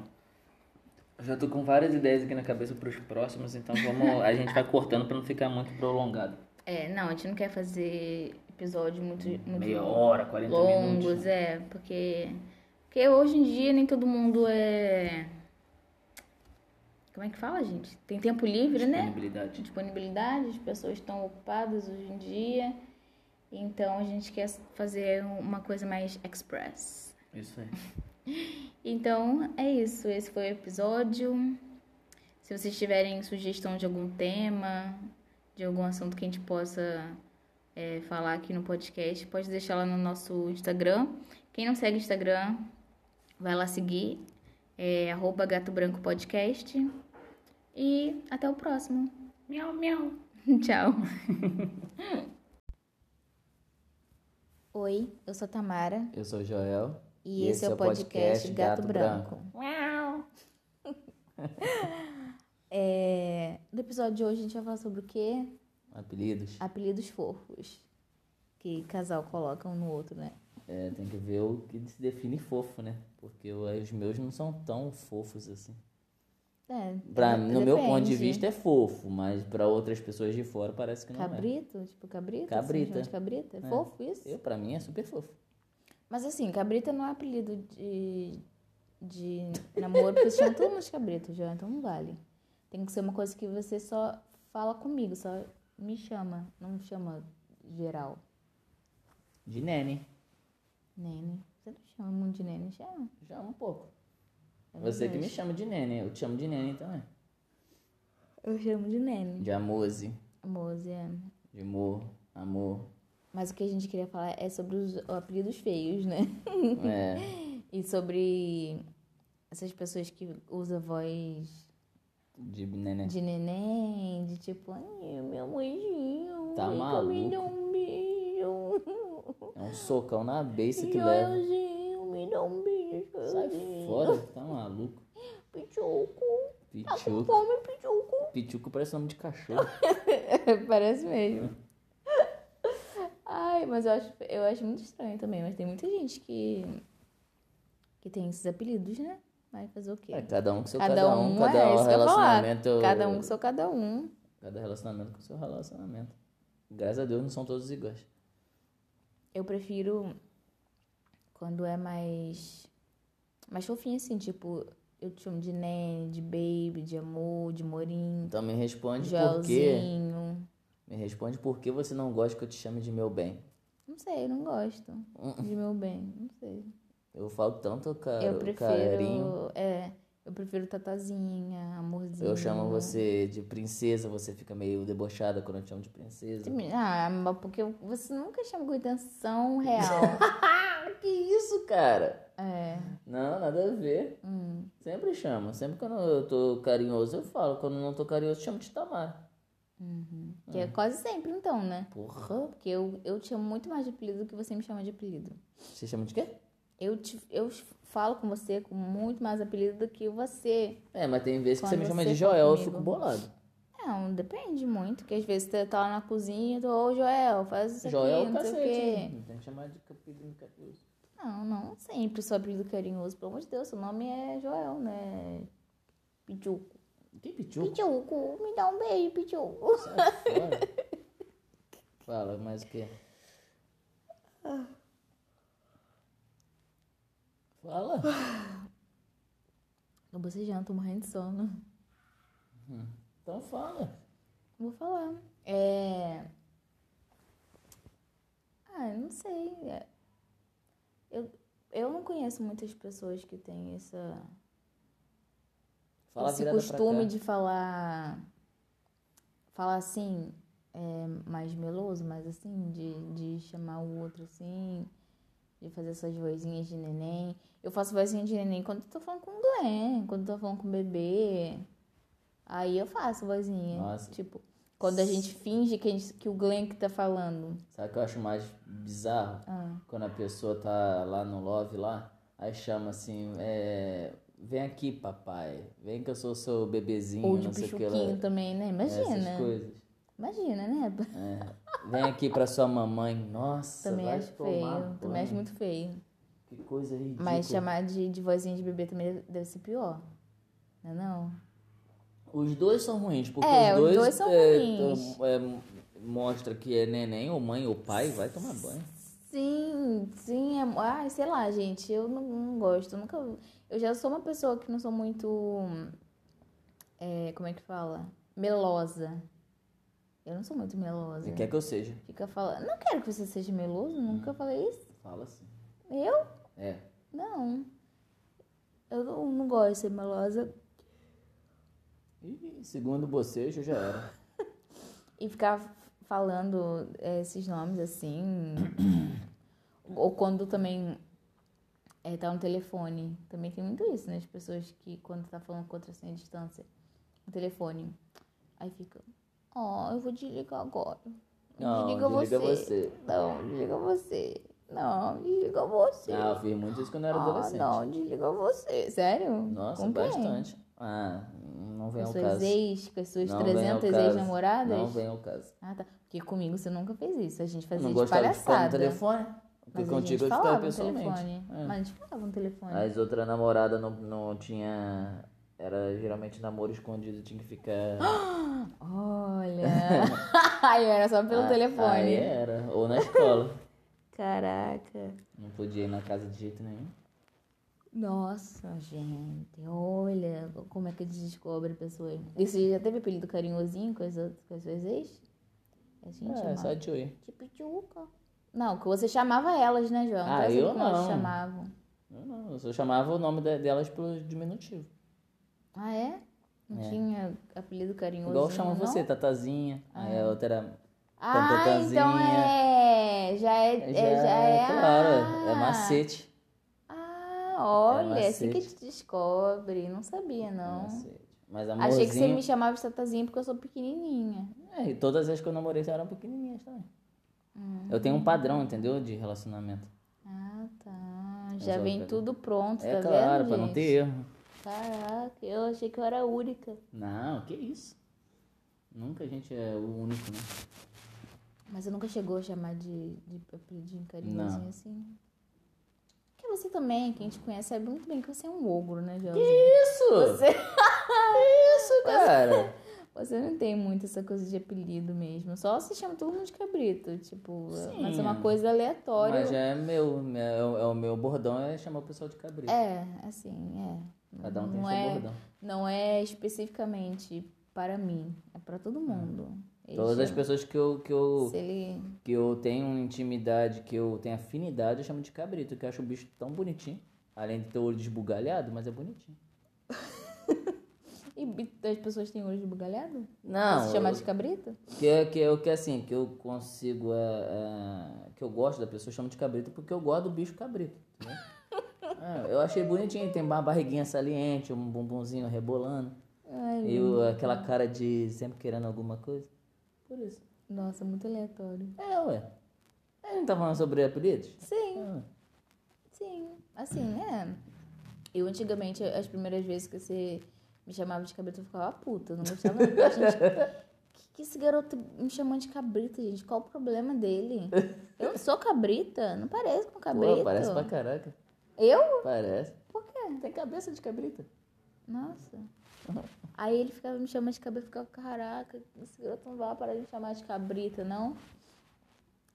Speaker 2: Eu Já tô com várias ideias aqui na cabeça pros próximos, então vamos, a gente vai cortando pra não ficar muito prolongado.
Speaker 1: É, não, a gente não quer fazer episódio muito, muito
Speaker 2: Meia hora, 40
Speaker 1: longos,
Speaker 2: minutos. né?
Speaker 1: é, porque porque hoje em dia nem todo mundo é Como é que fala, gente? Tem tempo livre, né?
Speaker 2: Disponibilidade.
Speaker 1: Disponibilidade, as pessoas estão ocupadas hoje em dia. Então a gente quer fazer um, uma coisa mais express.
Speaker 2: Isso aí.
Speaker 1: Então é isso, esse foi o episódio. Se vocês tiverem sugestão de algum tema, de algum assunto que a gente possa é, falar aqui no podcast, pode deixar lá no nosso Instagram. Quem não segue o Instagram, vai lá seguir, é arroba Gato Branco Podcast. E até o próximo.
Speaker 2: Miau, miau.
Speaker 1: Tchau. Oi, eu sou a Tamara
Speaker 2: Eu sou o Joel.
Speaker 1: e, esse é o podcast, Gato, Branco.
Speaker 2: Miau.
Speaker 1: É, no episódio de hoje a gente vai falar sobre o quê?
Speaker 2: Apelidos.
Speaker 1: Apelidos fofos. Que casal coloca um no outro, né?
Speaker 2: É, tem que ver o que se define fofo, né? Porque eu- os meus não são tão fofos assim.
Speaker 1: É,
Speaker 2: Pra, no meu ponto de
Speaker 1: depende.
Speaker 2: vista é fofo, mas pra outras pessoas de fora parece que não
Speaker 1: Cabrito? Tipo, cabrito?
Speaker 2: Cabrita.
Speaker 1: Assim, chama de cabrita? É fofo isso?
Speaker 2: é. Eu, pra mim é super fofo.
Speaker 1: Mas assim, cabrita não é apelido de, de namoro, porque chama todo mundo de cabrito já, então não vale. Tem que ser uma coisa que você só fala comigo, só me chama, não me chama geral.
Speaker 2: De nene.
Speaker 1: Nene. Você não chama muito de nene, chama?
Speaker 2: Já um pouco.
Speaker 1: É
Speaker 2: Você que me
Speaker 1: verdade.
Speaker 2: chama de nene, eu te chamo de nene também.
Speaker 1: Eu chamo de nene.
Speaker 2: De amose,
Speaker 1: Mose, é.
Speaker 2: de amor, amor.
Speaker 1: Mas o que a gente queria falar é sobre os apelidos feios, né?
Speaker 2: É.
Speaker 1: E sobre essas pessoas que usam voz
Speaker 2: De neném.
Speaker 1: de neném, de tipo, ai, meu anjinho,
Speaker 2: Tá
Speaker 1: vem cá, me dá
Speaker 2: maluco?
Speaker 1: um beijo.
Speaker 2: É um socão na beça que leva.
Speaker 1: Joelzinho, me dá um beijo.
Speaker 2: Sai
Speaker 1: Joelzinho.
Speaker 2: fora, tá maluco.
Speaker 1: Pichuco, tá com
Speaker 2: Pichuco.
Speaker 1: fome, pichuco.
Speaker 2: Pichuco parece nome de cachorro.
Speaker 1: Parece mesmo. Ai, mas eu acho, eu acho muito estranho também. Mas tem muita gente que. que tem esses apelidos, né? Vai fazer o quê?
Speaker 2: É, cada um com seu
Speaker 1: Cada
Speaker 2: cada, um,
Speaker 1: um,
Speaker 2: cada
Speaker 1: é, isso que eu ia falar.
Speaker 2: relacionamento.
Speaker 1: Cada um com seu cada um.
Speaker 2: Cada relacionamento com seu relacionamento. Graças a Deus não são todos iguais.
Speaker 1: Eu prefiro quando é mais. mais fofinho assim, tipo. Eu te chamo de Nene, de Baby, de Amor, de Morim,
Speaker 2: Então me responde por quê.
Speaker 1: Joelzinho.
Speaker 2: Me responde por que você não gosta que eu te chame de meu bem.
Speaker 1: Não sei, eu não gosto
Speaker 2: Hum.
Speaker 1: de meu bem. Não sei.
Speaker 2: Eu falo tanto caro,
Speaker 1: Eu prefiro.
Speaker 2: carinho.
Speaker 1: É, eu prefiro Tatazinha, Amorzinho.
Speaker 2: Eu chamo você de princesa, você fica meio debochada quando eu te chamo de princesa.
Speaker 1: Ah, mas porque você nunca chama com intenção real.
Speaker 2: Que isso, cara?
Speaker 1: é.
Speaker 2: Não, nada a ver.
Speaker 1: hum.
Speaker 2: Sempre chamo. Sempre quando eu tô carinhoso, eu falo. Quando não tô carinhoso, eu chamo de Tamara.
Speaker 1: Que é quase sempre, então, né?
Speaker 2: Porra.
Speaker 1: Porque eu, eu te chamo muito mais de apelido do que você me chama de apelido.
Speaker 2: Você chama de quê?
Speaker 1: Eu, te, eu falo com você com muito mais apelido do que você.
Speaker 2: É, mas tem vezes que você
Speaker 1: Quando
Speaker 2: me chama
Speaker 1: você
Speaker 2: de
Speaker 1: fala
Speaker 2: Joel, eu
Speaker 1: comigo.
Speaker 2: fico bolado.
Speaker 1: Não, depende muito. Porque às vezes você tá lá na cozinha e tu, ô Joel, faz isso
Speaker 2: Joel,
Speaker 1: aqui,
Speaker 2: é tá
Speaker 1: não sei o
Speaker 2: cacete.
Speaker 1: quê.
Speaker 2: Não tem que chamar de capítulo capuloso.
Speaker 1: Não, não sempre sou apelido carinhoso. Pelo amor de Deus, seu nome é Joel, né? Pichuco.
Speaker 2: Tem pichuco?
Speaker 1: Pichuco, me dá um beijo, Pichuco.
Speaker 2: Sai fora. Fala, mais o quê? Fala.
Speaker 1: Eu bocejando, tô morrendo de sono.
Speaker 2: Então fala.
Speaker 1: Vou falar. É. Ah, eu não sei. É, Eu, eu não conheço muitas pessoas que têm essa,
Speaker 2: Fala
Speaker 1: esse
Speaker 2: virada pra cá.
Speaker 1: costume de falar. Falar assim, é, mais meloso, mais assim, de, de chamar o outro assim, de fazer essas vozinhas de neném. Eu faço vozinha de neném quando eu tô falando com um doente, quando eu tô falando com um bebê. Aí eu faço vozinha.
Speaker 2: Nossa.
Speaker 1: Tipo, quando a gente finge que, a gente- que o Glenn que tá falando.
Speaker 2: Sabe o que eu acho mais bizarro?
Speaker 1: Ah.
Speaker 2: Quando a pessoa tá lá no love lá, aí chama assim, é, vem aqui, papai. Vem que eu sou seu bebezinho,
Speaker 1: Ou de
Speaker 2: não sei o que lá. É,
Speaker 1: pichuquinho também, né?
Speaker 2: Essas
Speaker 1: Imagina.
Speaker 2: coisas.
Speaker 1: Imagina, né?
Speaker 2: É. Vem aqui pra sua mamãe. Nossa,
Speaker 1: Também
Speaker 2: vai
Speaker 1: acho feio.
Speaker 2: tomar
Speaker 1: Também acho
Speaker 2: banho.
Speaker 1: muito feio.
Speaker 2: Que coisa ridícula.
Speaker 1: Mas chamar de, de vozinha de bebê também deve- deve ser pior. Não é não?
Speaker 2: Os dois são ruins, porque
Speaker 1: É,
Speaker 2: os
Speaker 1: os
Speaker 2: dois,
Speaker 1: dois são
Speaker 2: é,
Speaker 1: ruins.
Speaker 2: tão- é, mostra que é neném ou mãe ou pai, vai tomar banho.
Speaker 1: Sim, sim. É... Ai, sei lá, gente. Eu não, não gosto. eu Nunca... Eu já sou uma pessoa que não sou muito... é, como é que fala? Melosa. Eu não sou muito melosa.
Speaker 2: Quer que eu seja?
Speaker 1: Fica falando... Não quero que você seja meloso. Nunca falei isso.
Speaker 2: Fala assim.
Speaker 1: Eu?
Speaker 2: É.
Speaker 1: Não. Eu não, não gosto de ser melosa.
Speaker 2: E segundo bocejo, já era.
Speaker 1: E ficar falando é, esses nomes assim. Ou quando também é, tá no telefone. Também tem muito isso, né? As pessoas que quando tá falando com outra assim à distância, no telefone. Aí fica, ó, eu vou desligar agora.
Speaker 2: Não, desliga você.
Speaker 1: Não, desliga você. Não, desliga você.
Speaker 2: Ah, eu fiz muito isso quando eu era
Speaker 1: Ah,
Speaker 2: adolescente.
Speaker 1: não, desliga você. Sério?
Speaker 2: Nossa,
Speaker 1: Com quem?
Speaker 2: bastante. Ah, não vem
Speaker 1: Com
Speaker 2: ao
Speaker 1: suas
Speaker 2: caso.
Speaker 1: ex, com as suas
Speaker 2: Não vem ao
Speaker 1: 300
Speaker 2: caso.
Speaker 1: ex-namoradas?
Speaker 2: Não vem ao caso.
Speaker 1: Ah, tá. Porque comigo você nunca fez isso. A gente
Speaker 2: Eu
Speaker 1: fazia
Speaker 2: não
Speaker 1: de
Speaker 2: gostava de ficar no
Speaker 1: palhaçada.
Speaker 2: telefone. Porque
Speaker 1: Mas a
Speaker 2: contigo
Speaker 1: gente
Speaker 2: eu
Speaker 1: falava
Speaker 2: ficava
Speaker 1: no telefone.
Speaker 2: pessoalmente. É.
Speaker 1: Mas a gente falava no telefone.
Speaker 2: As outras namoradas não, não tinha. Era geralmente namoro escondido, tinha que ficar.
Speaker 1: Olha. Aí era só pelo
Speaker 2: Ah,
Speaker 1: telefone.
Speaker 2: Aí era. Ou na escola.
Speaker 1: Caraca.
Speaker 2: não podia ir na casa de jeito nenhum.
Speaker 1: Nossa, gente. Olha como é que a gente descobre a pessoa. E você já teve apelido carinhosinho com as, outras, com as suas ex? A gente
Speaker 2: É,
Speaker 1: chamava.
Speaker 2: só de oi.
Speaker 1: De pituca. Não, que você chamava elas, né, João?
Speaker 2: Ah,
Speaker 1: Parece
Speaker 2: eu
Speaker 1: que elas
Speaker 2: não.
Speaker 1: chamavam.
Speaker 2: Eu não, eu só chamava o nome de- delas pelo diminutivo.
Speaker 1: Ah, é? Não
Speaker 2: É.
Speaker 1: tinha apelido carinhoso.
Speaker 2: Igual chama
Speaker 1: não?
Speaker 2: você, Tatazinha. Aí a outra era.
Speaker 1: Ah, então é. Já é. Já é, já é
Speaker 2: Claro, é
Speaker 1: ah.
Speaker 2: macete.
Speaker 1: Ah, olha,
Speaker 2: É
Speaker 1: assim que a
Speaker 2: macete.
Speaker 1: gente descobre. Não sabia,
Speaker 2: É
Speaker 1: não.
Speaker 2: macete. Mas amorzinho.
Speaker 1: Achei que você me chamava de Tatazinha porque eu sou pequenininha.
Speaker 2: É, e todas as que eu namorei eram pequenininhas também.
Speaker 1: Hum.
Speaker 2: Eu tenho um padrão, entendeu? De relacionamento.
Speaker 1: Ah, tá.
Speaker 2: Mas
Speaker 1: Já
Speaker 2: olha,
Speaker 1: vem
Speaker 2: cara.
Speaker 1: tudo pronto,
Speaker 2: é
Speaker 1: tá
Speaker 2: claro,
Speaker 1: vendo?
Speaker 2: pra não
Speaker 1: gente?
Speaker 2: ter erro.
Speaker 1: Caraca, eu achei que eu era única.
Speaker 2: Não, que isso. Nunca a gente é o único, né?
Speaker 1: Mas você nunca chegou a chamar de, de apelidinho carinhosinho
Speaker 2: Não.
Speaker 1: assim? Porque você também, quem te conhece, sabe muito bem que você é um ogro, né, Jorge?
Speaker 2: Isso!
Speaker 1: Você-
Speaker 2: Isso,
Speaker 1: é
Speaker 2: cara!
Speaker 1: Você não tem muito essa coisa de apelido mesmo. Só se chama todo mundo de cabrito. Tipo,
Speaker 2: Sim.
Speaker 1: mas é uma coisa aleatória.
Speaker 2: Mas já é meu, né, é o- é o meu bordão é chamar o pessoal de cabrito.
Speaker 1: É, assim, é.
Speaker 2: Cada um tem
Speaker 1: não
Speaker 2: seu
Speaker 1: é,
Speaker 2: bordão.
Speaker 1: Não é especificamente para mim. É para todo mundo. Ele
Speaker 2: Hum. Todas as
Speaker 1: chama-
Speaker 2: pessoas que eu, que, eu,
Speaker 1: Se ele...
Speaker 2: que eu tenho intimidade, que eu tenho afinidade, eu chamo de cabrito, que eu acho o bicho tão bonitinho. Além de ter o olho desbugalhado, mas é bonitinho.
Speaker 1: E bi- as pessoas têm olho bugalhado?
Speaker 2: Não,
Speaker 1: se chama
Speaker 2: eu-
Speaker 1: de cabrito?
Speaker 2: Que é que, é- que é assim, que eu consigo. é, é, que eu gosto da pessoa, eu chamo de cabrito porque eu gosto do bicho cabrito. entendeu? É, eu achei bonitinho, tem uma barriguinha saliente, um bumbumzinho rebolando.
Speaker 1: Ai,
Speaker 2: E o- aquela cara de sempre querendo alguma coisa. Por isso.
Speaker 1: Nossa, muito aleatório.
Speaker 2: É, ué. A gente tá falando sobre apelidos?
Speaker 1: Sim,
Speaker 2: Ah,
Speaker 1: sim. Assim, é. Eu antigamente, as primeiras vezes que você me chamava de cabrita, eu ficava "Ah, puta, não gostava não. Gente, que, que esse garoto me chamando de cabrita, gente? Qual o problema dele? Eu não sou cabrita, não pareço com cabrita.
Speaker 2: Pô, parece pra caraca.
Speaker 1: Eu?
Speaker 2: Parece.
Speaker 1: Tá Por quê?
Speaker 2: Tem cabeça de cabrita.
Speaker 1: Nossa. Aí ele ficava me chamando de cabrita, eu ficava, caraca, esse garoto não vai parar de me chamar de cabrita, não?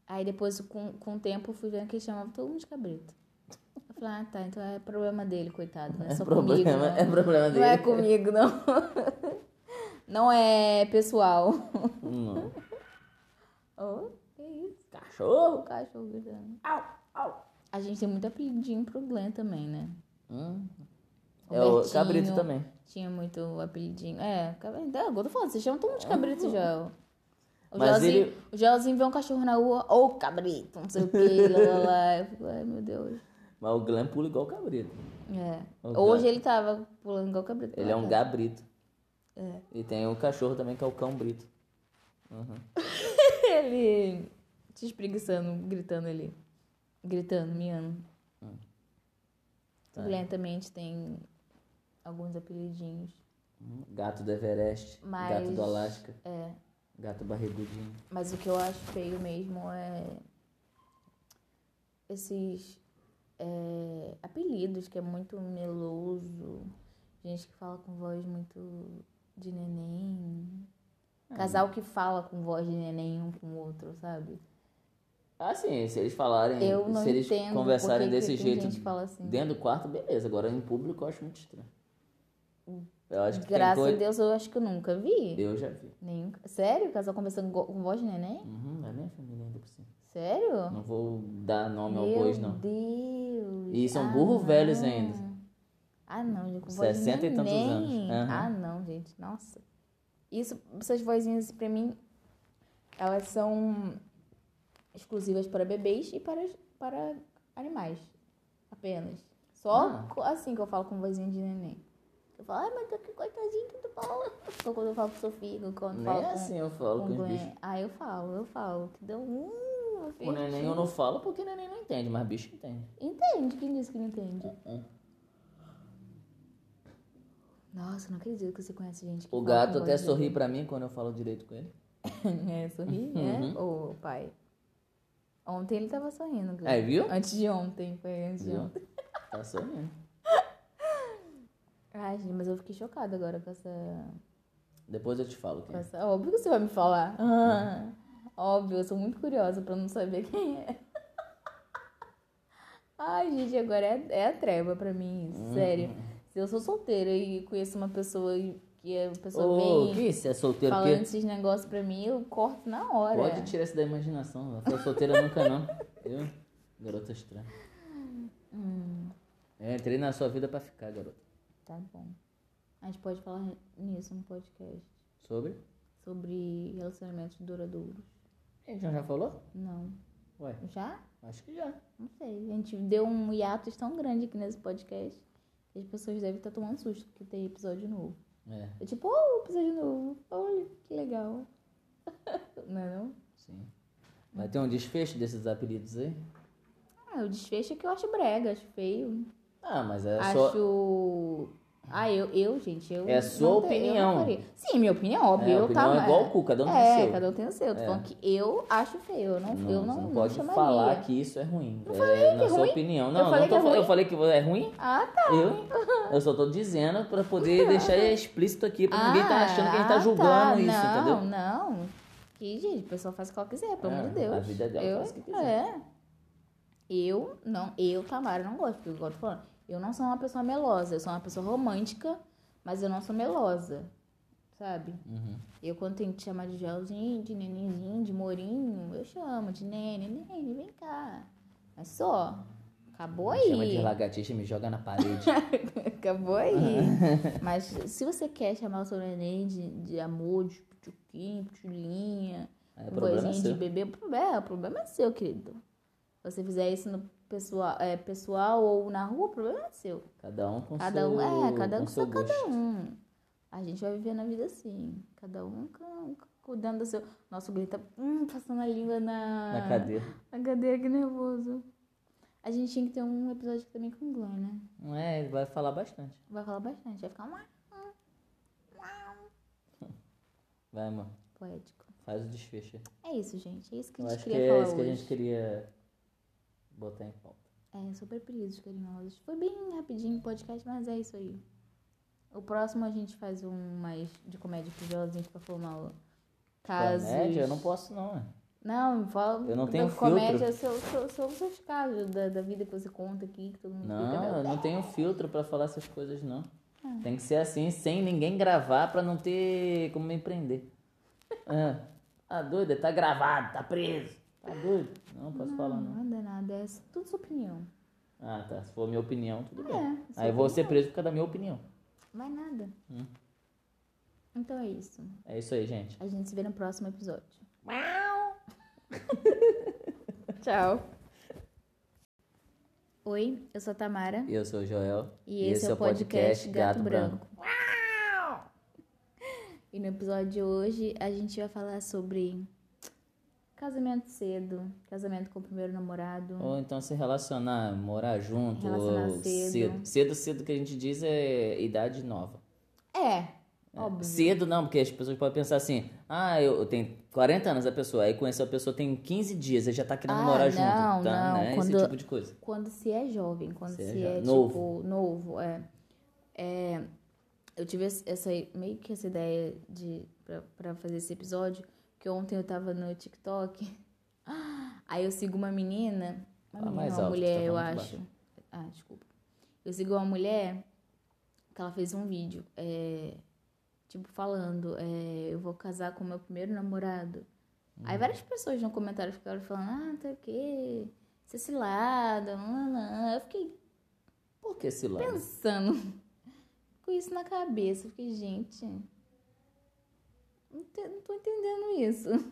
Speaker 1: Aí depois, com, com o tempo, eu fui vendo que ele chamava todo mundo de cabrita. Eu falei, ah, tá, então é problema dele, coitado, não é,
Speaker 2: É
Speaker 1: só
Speaker 2: problema,
Speaker 1: comigo, não.
Speaker 2: é problema
Speaker 1: Não é
Speaker 2: dele.
Speaker 1: comigo, não. Não é pessoal.
Speaker 2: Não.
Speaker 1: Oh, que isso? O
Speaker 2: Cachorro?
Speaker 1: cachorro gritando. A gente tem muito apelidinho pro Glenn também, né?
Speaker 2: Hum. É o
Speaker 1: Robertinho.
Speaker 2: cabrito também.
Speaker 1: Tinha muito apelidinho. É, cabrito. Eu tô falando, vocês chamam todo mundo de cabrito, Joel. O
Speaker 2: Uhum. Mas
Speaker 1: Joelzinho,
Speaker 2: ele-
Speaker 1: o Joelzinho vê um cachorro na rua, ô cabrito, não sei o que, lá, lá, lá. Eu fico, ai meu Deus.
Speaker 2: Mas o Glenn pula igual o cabrito.
Speaker 1: É.
Speaker 2: O Glenn.
Speaker 1: Hoje ele tava pulando igual cabrito.
Speaker 2: Ele é um
Speaker 1: Lá,
Speaker 2: gabrito.
Speaker 1: É.
Speaker 2: E tem o cachorro também, que é o cão brito. Uhum.
Speaker 1: É. Ele te espreguiçando, gritando ali. Gritando, miando.
Speaker 2: Hum. Tá.
Speaker 1: Lentamente tem alguns apelidinhos.
Speaker 2: Gato do Everest.
Speaker 1: Mas-
Speaker 2: Gato do Alasca.
Speaker 1: É.
Speaker 2: Gato barrigudinho.
Speaker 1: Mas o que eu acho feio mesmo é esses é, apelidos que é muito meloso. Gente que fala com voz muito de
Speaker 2: Hum.
Speaker 1: neném. Casal que fala com voz de neném um com o outro, sabe?
Speaker 2: Assim, se eles falarem,
Speaker 1: Eu não
Speaker 2: se eles
Speaker 1: entendo
Speaker 2: conversarem
Speaker 1: por que que
Speaker 2: desse
Speaker 1: tem
Speaker 2: jeito
Speaker 1: gente que fala assim.
Speaker 2: dentro do quarto, beleza. Agora em público eu acho muito estranho. Eu acho que
Speaker 1: Graças
Speaker 2: tem
Speaker 1: a
Speaker 2: coisa...
Speaker 1: Deus eu acho que eu nunca vi.
Speaker 2: Eu já vi.
Speaker 1: Nenhum... Sério? Casal conversando go- com voz de neném?
Speaker 2: Uhum, é minha família ainda por cima.
Speaker 1: Sério?
Speaker 2: Não vou dar nome
Speaker 1: Meu
Speaker 2: ao bois, não.
Speaker 1: Deus.
Speaker 2: E são
Speaker 1: Ah,
Speaker 2: burros
Speaker 1: não.
Speaker 2: velhos ainda.
Speaker 1: Ah, não, gente. Com
Speaker 2: 60
Speaker 1: voz
Speaker 2: e
Speaker 1: de
Speaker 2: tantos
Speaker 1: neném.
Speaker 2: anos. Aham.
Speaker 1: Ah, não, gente. Nossa. Isso, essas vozinhas, pra mim, elas são exclusivas para bebês e para, para animais. Apenas. Só
Speaker 2: Ah.
Speaker 1: co- assim que eu falo com vozinha de neném. Eu falo, ai, mas que coitadinho que tu fala. Só quando eu falo com Sofia, quando eu
Speaker 2: Nem
Speaker 1: falo com,
Speaker 2: assim eu falo
Speaker 1: com
Speaker 2: com os bichos.
Speaker 1: Glenn. Ah, eu falo, eu falo. Que deu um.
Speaker 2: Com o neném eu não falo porque o neném não entende, mas bicho entende.
Speaker 1: Entende? Quem disse que não entende?
Speaker 2: É,
Speaker 1: Nossa, não acredito que você conhece gente que
Speaker 2: O
Speaker 1: fala
Speaker 2: gato
Speaker 1: com
Speaker 2: até
Speaker 1: voz de-
Speaker 2: sorri pra mim quando eu falo direito com ele.
Speaker 1: é, sorri, né?
Speaker 2: Uhum.
Speaker 1: Ô, pai. Ontem ele tava sorrindo. Glenn.
Speaker 2: Aí, É, viu?
Speaker 1: Antes de ontem, foi antes de
Speaker 2: Viu?
Speaker 1: ontem.
Speaker 2: Tá sorrindo.
Speaker 1: Ai, gente, mas eu fiquei chocada agora com essa...
Speaker 2: Depois eu te falo
Speaker 1: com
Speaker 2: quem. é.
Speaker 1: essa... Óbvio que você vai me falar. Ah, óbvio, eu sou muito curiosa pra não saber quem é. Ai, gente, agora é, é a treva pra mim, sério. Se eu sou solteira e conheço uma pessoa e que a pessoa
Speaker 2: Ô,
Speaker 1: vem...
Speaker 2: que isso? É solteiro o
Speaker 1: falando
Speaker 2: quê?
Speaker 1: esses negócios pra mim, eu corto na hora.
Speaker 2: Pode tirar isso da imaginação. Não sou solteira nunca, não. Eu? Garota estranha.
Speaker 1: Hum.
Speaker 2: Eu entrei na sua vida pra ficar, garota.
Speaker 1: Tá bom. A gente pode falar nisso no podcast.
Speaker 2: Sobre?
Speaker 1: Sobre relacionamentos duradouros.
Speaker 2: A gente não já falou?
Speaker 1: Não.
Speaker 2: Ué,
Speaker 1: Já?
Speaker 2: acho que já.
Speaker 1: Não sei. A gente deu um hiatus tão grande aqui nesse podcast que as pessoas devem estar tomando susto porque tem episódio novo.
Speaker 2: É,
Speaker 1: É tipo, oh, episódio novo. Olha, que legal. não é não?
Speaker 2: sim. Vai ter um desfecho desses apelidos aí?
Speaker 1: Ah, o desfecho é que eu acho brega, acho feio.
Speaker 2: Ah, mas é só.
Speaker 1: acho. Ah, eu, eu, gente, eu.
Speaker 2: É sua
Speaker 1: não te- eu não
Speaker 2: opinião.
Speaker 1: faria. Sim, minha opinião, óbvio.
Speaker 2: É, a
Speaker 1: eu
Speaker 2: opinião
Speaker 1: tava-
Speaker 2: é igual o cu, cada um tem
Speaker 1: tá é,
Speaker 2: o seu.
Speaker 1: cada um tem o seu. Tô
Speaker 2: É.
Speaker 1: falando que eu acho feio. Eu não, eu
Speaker 2: você
Speaker 1: não,
Speaker 2: não
Speaker 1: não
Speaker 2: pode
Speaker 1: chamaria.
Speaker 2: falar que isso é ruim. é, na
Speaker 1: é
Speaker 2: sua
Speaker 1: ruim.
Speaker 2: opinião.
Speaker 1: Eu
Speaker 2: Não,
Speaker 1: falei
Speaker 2: não tô
Speaker 1: que é
Speaker 2: fal-
Speaker 1: ruim.
Speaker 2: eu falei que é ruim.
Speaker 1: Ah, tá.
Speaker 2: Eu, eu só tô dizendo pra poder deixar explícito aqui, pra ninguém tá achando que a gente tá
Speaker 1: ah,
Speaker 2: julgando
Speaker 1: tá.
Speaker 2: isso,
Speaker 1: não,
Speaker 2: entendeu?
Speaker 1: Não, Que, gente, a pessoa faz o que ela quiser, pelo
Speaker 2: É,
Speaker 1: amor de Deus.
Speaker 2: a vida dela
Speaker 1: eu,
Speaker 2: faz o que quiser.
Speaker 1: É. Eu, não, eu, Tamara, não gosto, porque igual eu tô falando, eu não sou uma pessoa melosa, eu sou uma pessoa romântica, mas eu não sou melosa, sabe?
Speaker 2: Uhum.
Speaker 1: Eu, quando tenho que chamar de gelzinho, de nenenzinho, de morinho, eu chamo de nene, nene, vem cá. Mas só. Acabou
Speaker 2: Me Chama de
Speaker 1: aí.
Speaker 2: lagartixa e me joga na parede.
Speaker 1: Acabou aí. Mas se você quer chamar o seu neném de, de amor, de pituquinho, pitulinha,
Speaker 2: Aí o problema é
Speaker 1: vozinha de
Speaker 2: seu.
Speaker 1: bebê, o problema, é, o problema é seu, querido. você fizer isso no pessoal, é, pessoal ou na rua, o problema é seu.
Speaker 2: Cada um com
Speaker 1: Cada
Speaker 2: seu
Speaker 1: um, é, cada um
Speaker 2: com
Speaker 1: com
Speaker 2: seu
Speaker 1: seu
Speaker 2: gosto.
Speaker 1: Hum, a gente vai viver na vida assim. Cada um com, Cuidando do seu. Nossa, o Glee tá hum, passando a língua na.
Speaker 2: na cadeira.
Speaker 1: Na cadeira, que nervoso. A gente tinha que ter um episódio também com o Glee, né?
Speaker 2: Não é, ele vai falar bastante.
Speaker 1: Vai falar bastante, vai ficar um mais
Speaker 2: Vai, amor.
Speaker 1: poético.
Speaker 2: Faz o desfecho.
Speaker 1: É isso, gente. É isso que a
Speaker 2: Eu
Speaker 1: gente
Speaker 2: acho que
Speaker 1: queria
Speaker 2: é
Speaker 1: falar
Speaker 2: isso que a
Speaker 1: hoje.
Speaker 2: gente queria botar em pauta.
Speaker 1: É, super apelidos carinhosos. Foi bem rapidinho o podcast, mas é isso aí. O próximo a gente faz um mais de comédia frivolzinho pra formar o tá casos.
Speaker 2: Comédia, eu não posso não, né?
Speaker 1: Não, fala.
Speaker 2: Eu não tenho
Speaker 1: da comédia são, são, são os seus casos um da, da vida que você conta aqui, que todo mundo fica. né?
Speaker 2: Não, eu não tenho filtro pra falar essas coisas, não.
Speaker 1: Ah.
Speaker 2: Tem que ser assim, sem ninguém gravar pra não ter como me prender. É. Tá doida? Tá gravado, tá preso. Tá doido? Não posso falar, não.
Speaker 1: Nada, nada. É tudo sua opinião.
Speaker 2: Ah, tá. Se for minha opinião, tudo
Speaker 1: É,
Speaker 2: bem.
Speaker 1: sua
Speaker 2: Aí Hum. eu vou
Speaker 1: opinião.
Speaker 2: ser preso por causa da minha opinião.
Speaker 1: Vai nada. Então é isso.
Speaker 2: É isso aí, gente.
Speaker 1: A gente se vê no próximo episódio. Tchau. Oi, eu sou a Tamara.
Speaker 2: Eu sou o Joel.
Speaker 1: E esse, é o podcast, Gato, Branco. E no episódio de hoje a gente vai falar sobre casamento cedo, casamento com o primeiro namorado.
Speaker 2: Ou então se relacionar, morar junto.
Speaker 1: Relacionar
Speaker 2: ou
Speaker 1: cedo.
Speaker 2: cedo. Cedo, cedo que a gente diz é idade nova.
Speaker 1: É, óbvio.
Speaker 2: Cedo não, porque as pessoas podem pensar assim: ah, eu, eu tenho 40 anos a pessoa, aí conheceu a pessoa tem 15 dias, aí já tá querendo
Speaker 1: Ah,
Speaker 2: morar
Speaker 1: não,
Speaker 2: junto. Tá,
Speaker 1: não,
Speaker 2: né?
Speaker 1: quando-
Speaker 2: Esse tipo de coisa.
Speaker 1: Quando se é jovem, quando
Speaker 2: Se é
Speaker 1: se
Speaker 2: jo-
Speaker 1: é,
Speaker 2: novo.
Speaker 1: tipo novo, é. É, eu tive esse- essa meio que essa ideia de pra- pra fazer esse episódio, que ontem eu tava no TikTok. Aí eu sigo uma menina, uma
Speaker 2: Fala
Speaker 1: menina,
Speaker 2: mais
Speaker 1: uma
Speaker 2: alto,
Speaker 1: mulher,
Speaker 2: tá
Speaker 1: eu
Speaker 2: falando
Speaker 1: acho. Ah, desculpa. Eu sigo uma mulher que ela fez um vídeo, é, tipo falando, é, eu vou casar com meu primeiro namorado.
Speaker 2: Uhum.
Speaker 1: Aí várias pessoas no comentário ficaram falando, ah, tá o quê? Você se lada, lá, lá. Eu fiquei
Speaker 2: Por que esse lado?
Speaker 1: pensando com isso na cabeça. Eu fiquei, gente, não, te- não tô entendendo isso.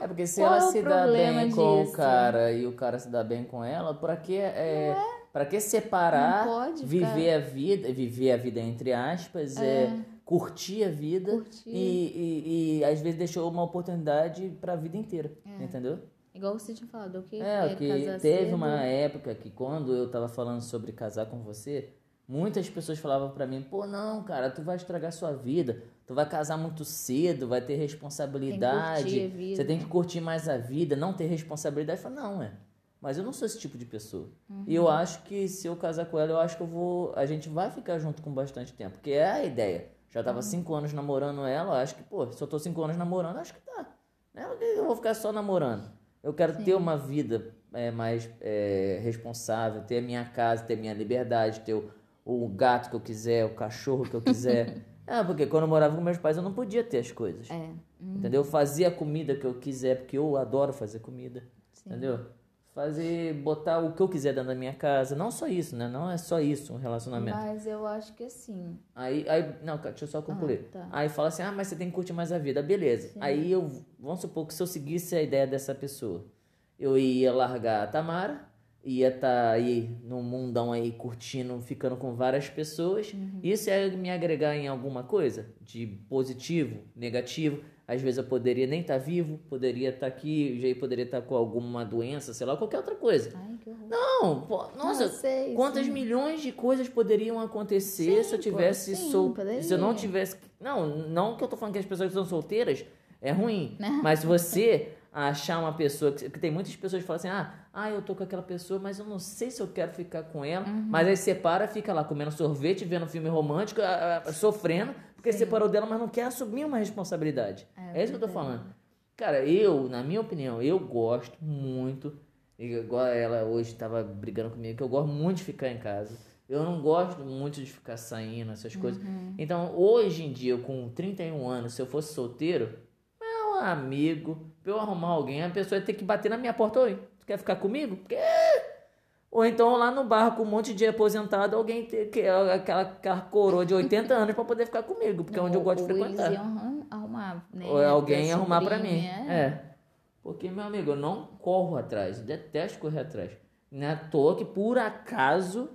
Speaker 2: É porque se
Speaker 1: Qual
Speaker 2: ela
Speaker 1: é o
Speaker 2: se dá
Speaker 1: problema
Speaker 2: bem com o
Speaker 1: disso?
Speaker 2: cara e o cara se dá bem com ela, pra que é, pra que separar,
Speaker 1: Não pode
Speaker 2: viver a vida, viver a vida entre aspas, é, curtir a vida
Speaker 1: Curtir.
Speaker 2: E, e, e, às vezes deixou uma oportunidade pra vida inteira,
Speaker 1: É.
Speaker 2: entendeu?
Speaker 1: Igual você tinha falado, ok?
Speaker 2: É,
Speaker 1: quer
Speaker 2: que
Speaker 1: casar
Speaker 2: teve
Speaker 1: cedo.
Speaker 2: uma época que quando eu tava falando sobre casar com você, muitas pessoas falavam pra mim, pô, não, cara, tu vai estragar sua vida, tu vai casar muito cedo, vai ter responsabilidade,
Speaker 1: Tem que curtir a vida."
Speaker 2: você tem que curtir mais a vida, não ter responsabilidade. Eu falo, não, é. Mas eu não sou esse tipo de pessoa. E
Speaker 1: Uhum.
Speaker 2: eu acho que se eu casar com ela, eu acho que eu vou. A gente vai ficar junto com bastante tempo. Porque é a ideia. Já tava
Speaker 1: Uhum.
Speaker 2: cinco anos namorando ela, eu acho que, pô, se eu tô cinco anos namorando, eu acho que tá. Né? Eu- Eu vou ficar só namorando. Eu quero ter uma vida é, mais é, responsável, ter a minha casa, ter a minha liberdade, ter o, o gato que eu quiser, o cachorro que eu quiser. é, porque quando eu morava com meus pais, eu não podia ter as coisas.
Speaker 1: É.
Speaker 2: Entendeu? Fazer a comida que eu quiser, porque eu adoro fazer comida. Entendeu? Fazer, botar o que eu quiser dentro da minha casa. Não só isso, né? Não é só isso um relacionamento.
Speaker 1: Mas eu acho que assim.
Speaker 2: Aí, aí, não, cara, deixa eu só concluir.
Speaker 1: tá.
Speaker 2: Aí fala assim, ah, mas você tem que curtir mais a vida. Beleza. Aí eu, vamos supor que se eu seguisse a ideia dessa pessoa, eu ia largar a Tamara, ia estar aí no mundão aí curtindo, ficando com várias pessoas. Isso ia me agregar em alguma coisa de positivo, negativo. Às vezes eu poderia nem estar vivo, poderia estar aqui, já poderia estar com alguma doença, sei lá, qualquer outra coisa.
Speaker 1: Ai, que horror.
Speaker 2: Não, pô, nossa,
Speaker 1: eu sei,
Speaker 2: quantas
Speaker 1: sim.
Speaker 2: milhões de coisas poderiam acontecer se
Speaker 1: É pô,
Speaker 2: eu tivesse
Speaker 1: sim,
Speaker 2: sol...
Speaker 1: poderia.
Speaker 2: se eu não tivesse, não, não que eu tô falando que as pessoas que são solteiras é ruim,
Speaker 1: Né?
Speaker 2: mas você achar uma pessoa que que tem muitas pessoas que falam assim: "Ah, ah, eu tô com aquela pessoa, mas eu não sei se eu quero ficar com ela".
Speaker 1: Uhum.
Speaker 2: Mas aí separa, fica lá comendo sorvete, vendo filme romântico, ah, ah, sofrendo, porque separou dela, mas não quer assumir uma responsabilidade. É, isso que eu tô falando. Cara, eu, na minha opinião, eu gosto muito. Igual ela hoje estava brigando comigo, que eu gosto muito de ficar em casa. Eu não gosto muito de ficar saindo, essas coisas.
Speaker 1: Uhum.
Speaker 2: Então, hoje em dia, com 31 anos, se eu fosse solteiro, meu amigo, pra eu arrumar alguém, a pessoa ia ter que bater na minha porta. Oi, tu quer ficar comigo? Porque ou então lá no barco, um monte de aposentado, alguém ter que, é aquela, aquela coroa de 80 anos pra poder ficar comigo, porque é onde eu
Speaker 1: Ou-
Speaker 2: gosto de
Speaker 1: ou
Speaker 2: frequentar.
Speaker 1: Eles iam arrum- arrumar, né?
Speaker 2: Ou é alguém
Speaker 1: Pra
Speaker 2: arrumar pra mim.
Speaker 1: sobrinha,
Speaker 2: É. Porque, meu amigo, eu não corro atrás. eu Detesto correr atrás. Não é à toa que, por acaso,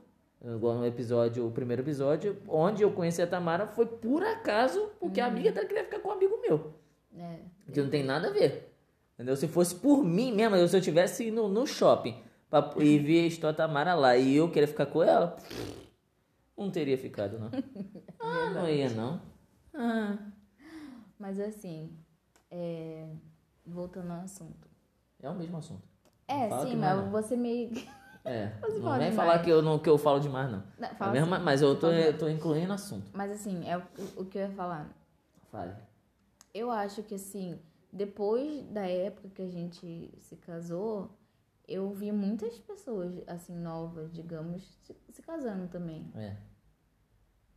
Speaker 2: igual no episódio, o primeiro episódio, onde eu conheci a Tamara, foi por acaso, porque a amiga dela queria ficar com um amigo meu.
Speaker 1: Uhum. É.
Speaker 2: Que não tem nada a ver. Entendeu? Se fosse por mim mesmo, se eu tivesse ido no shopping pra- e vi a história Tamara lá e eu queria ficar com ela, não teria ficado, não. Ah, não ia, não. Ah.
Speaker 1: Mas assim, é, voltando ao assunto.
Speaker 2: É o mesmo assunto.
Speaker 1: É,
Speaker 2: Fala
Speaker 1: sim,
Speaker 2: que não é,
Speaker 1: mas
Speaker 2: não.
Speaker 1: você meio.
Speaker 2: É.
Speaker 1: Mas
Speaker 2: Não
Speaker 1: fala
Speaker 2: vem
Speaker 1: demais.
Speaker 2: falar que eu, não, que eu falo demais, não.
Speaker 1: Não,
Speaker 2: É
Speaker 1: fala
Speaker 2: mesmo,
Speaker 1: assim.
Speaker 2: mas eu tô,
Speaker 1: Fala.
Speaker 2: eu tô incluindo assunto.
Speaker 1: Mas assim, é o, o que eu ia falar.
Speaker 2: Fale.
Speaker 1: Eu acho que assim, depois da época que a gente se casou, eu vi muitas pessoas, assim, novas, digamos, se, se casando também.
Speaker 2: É.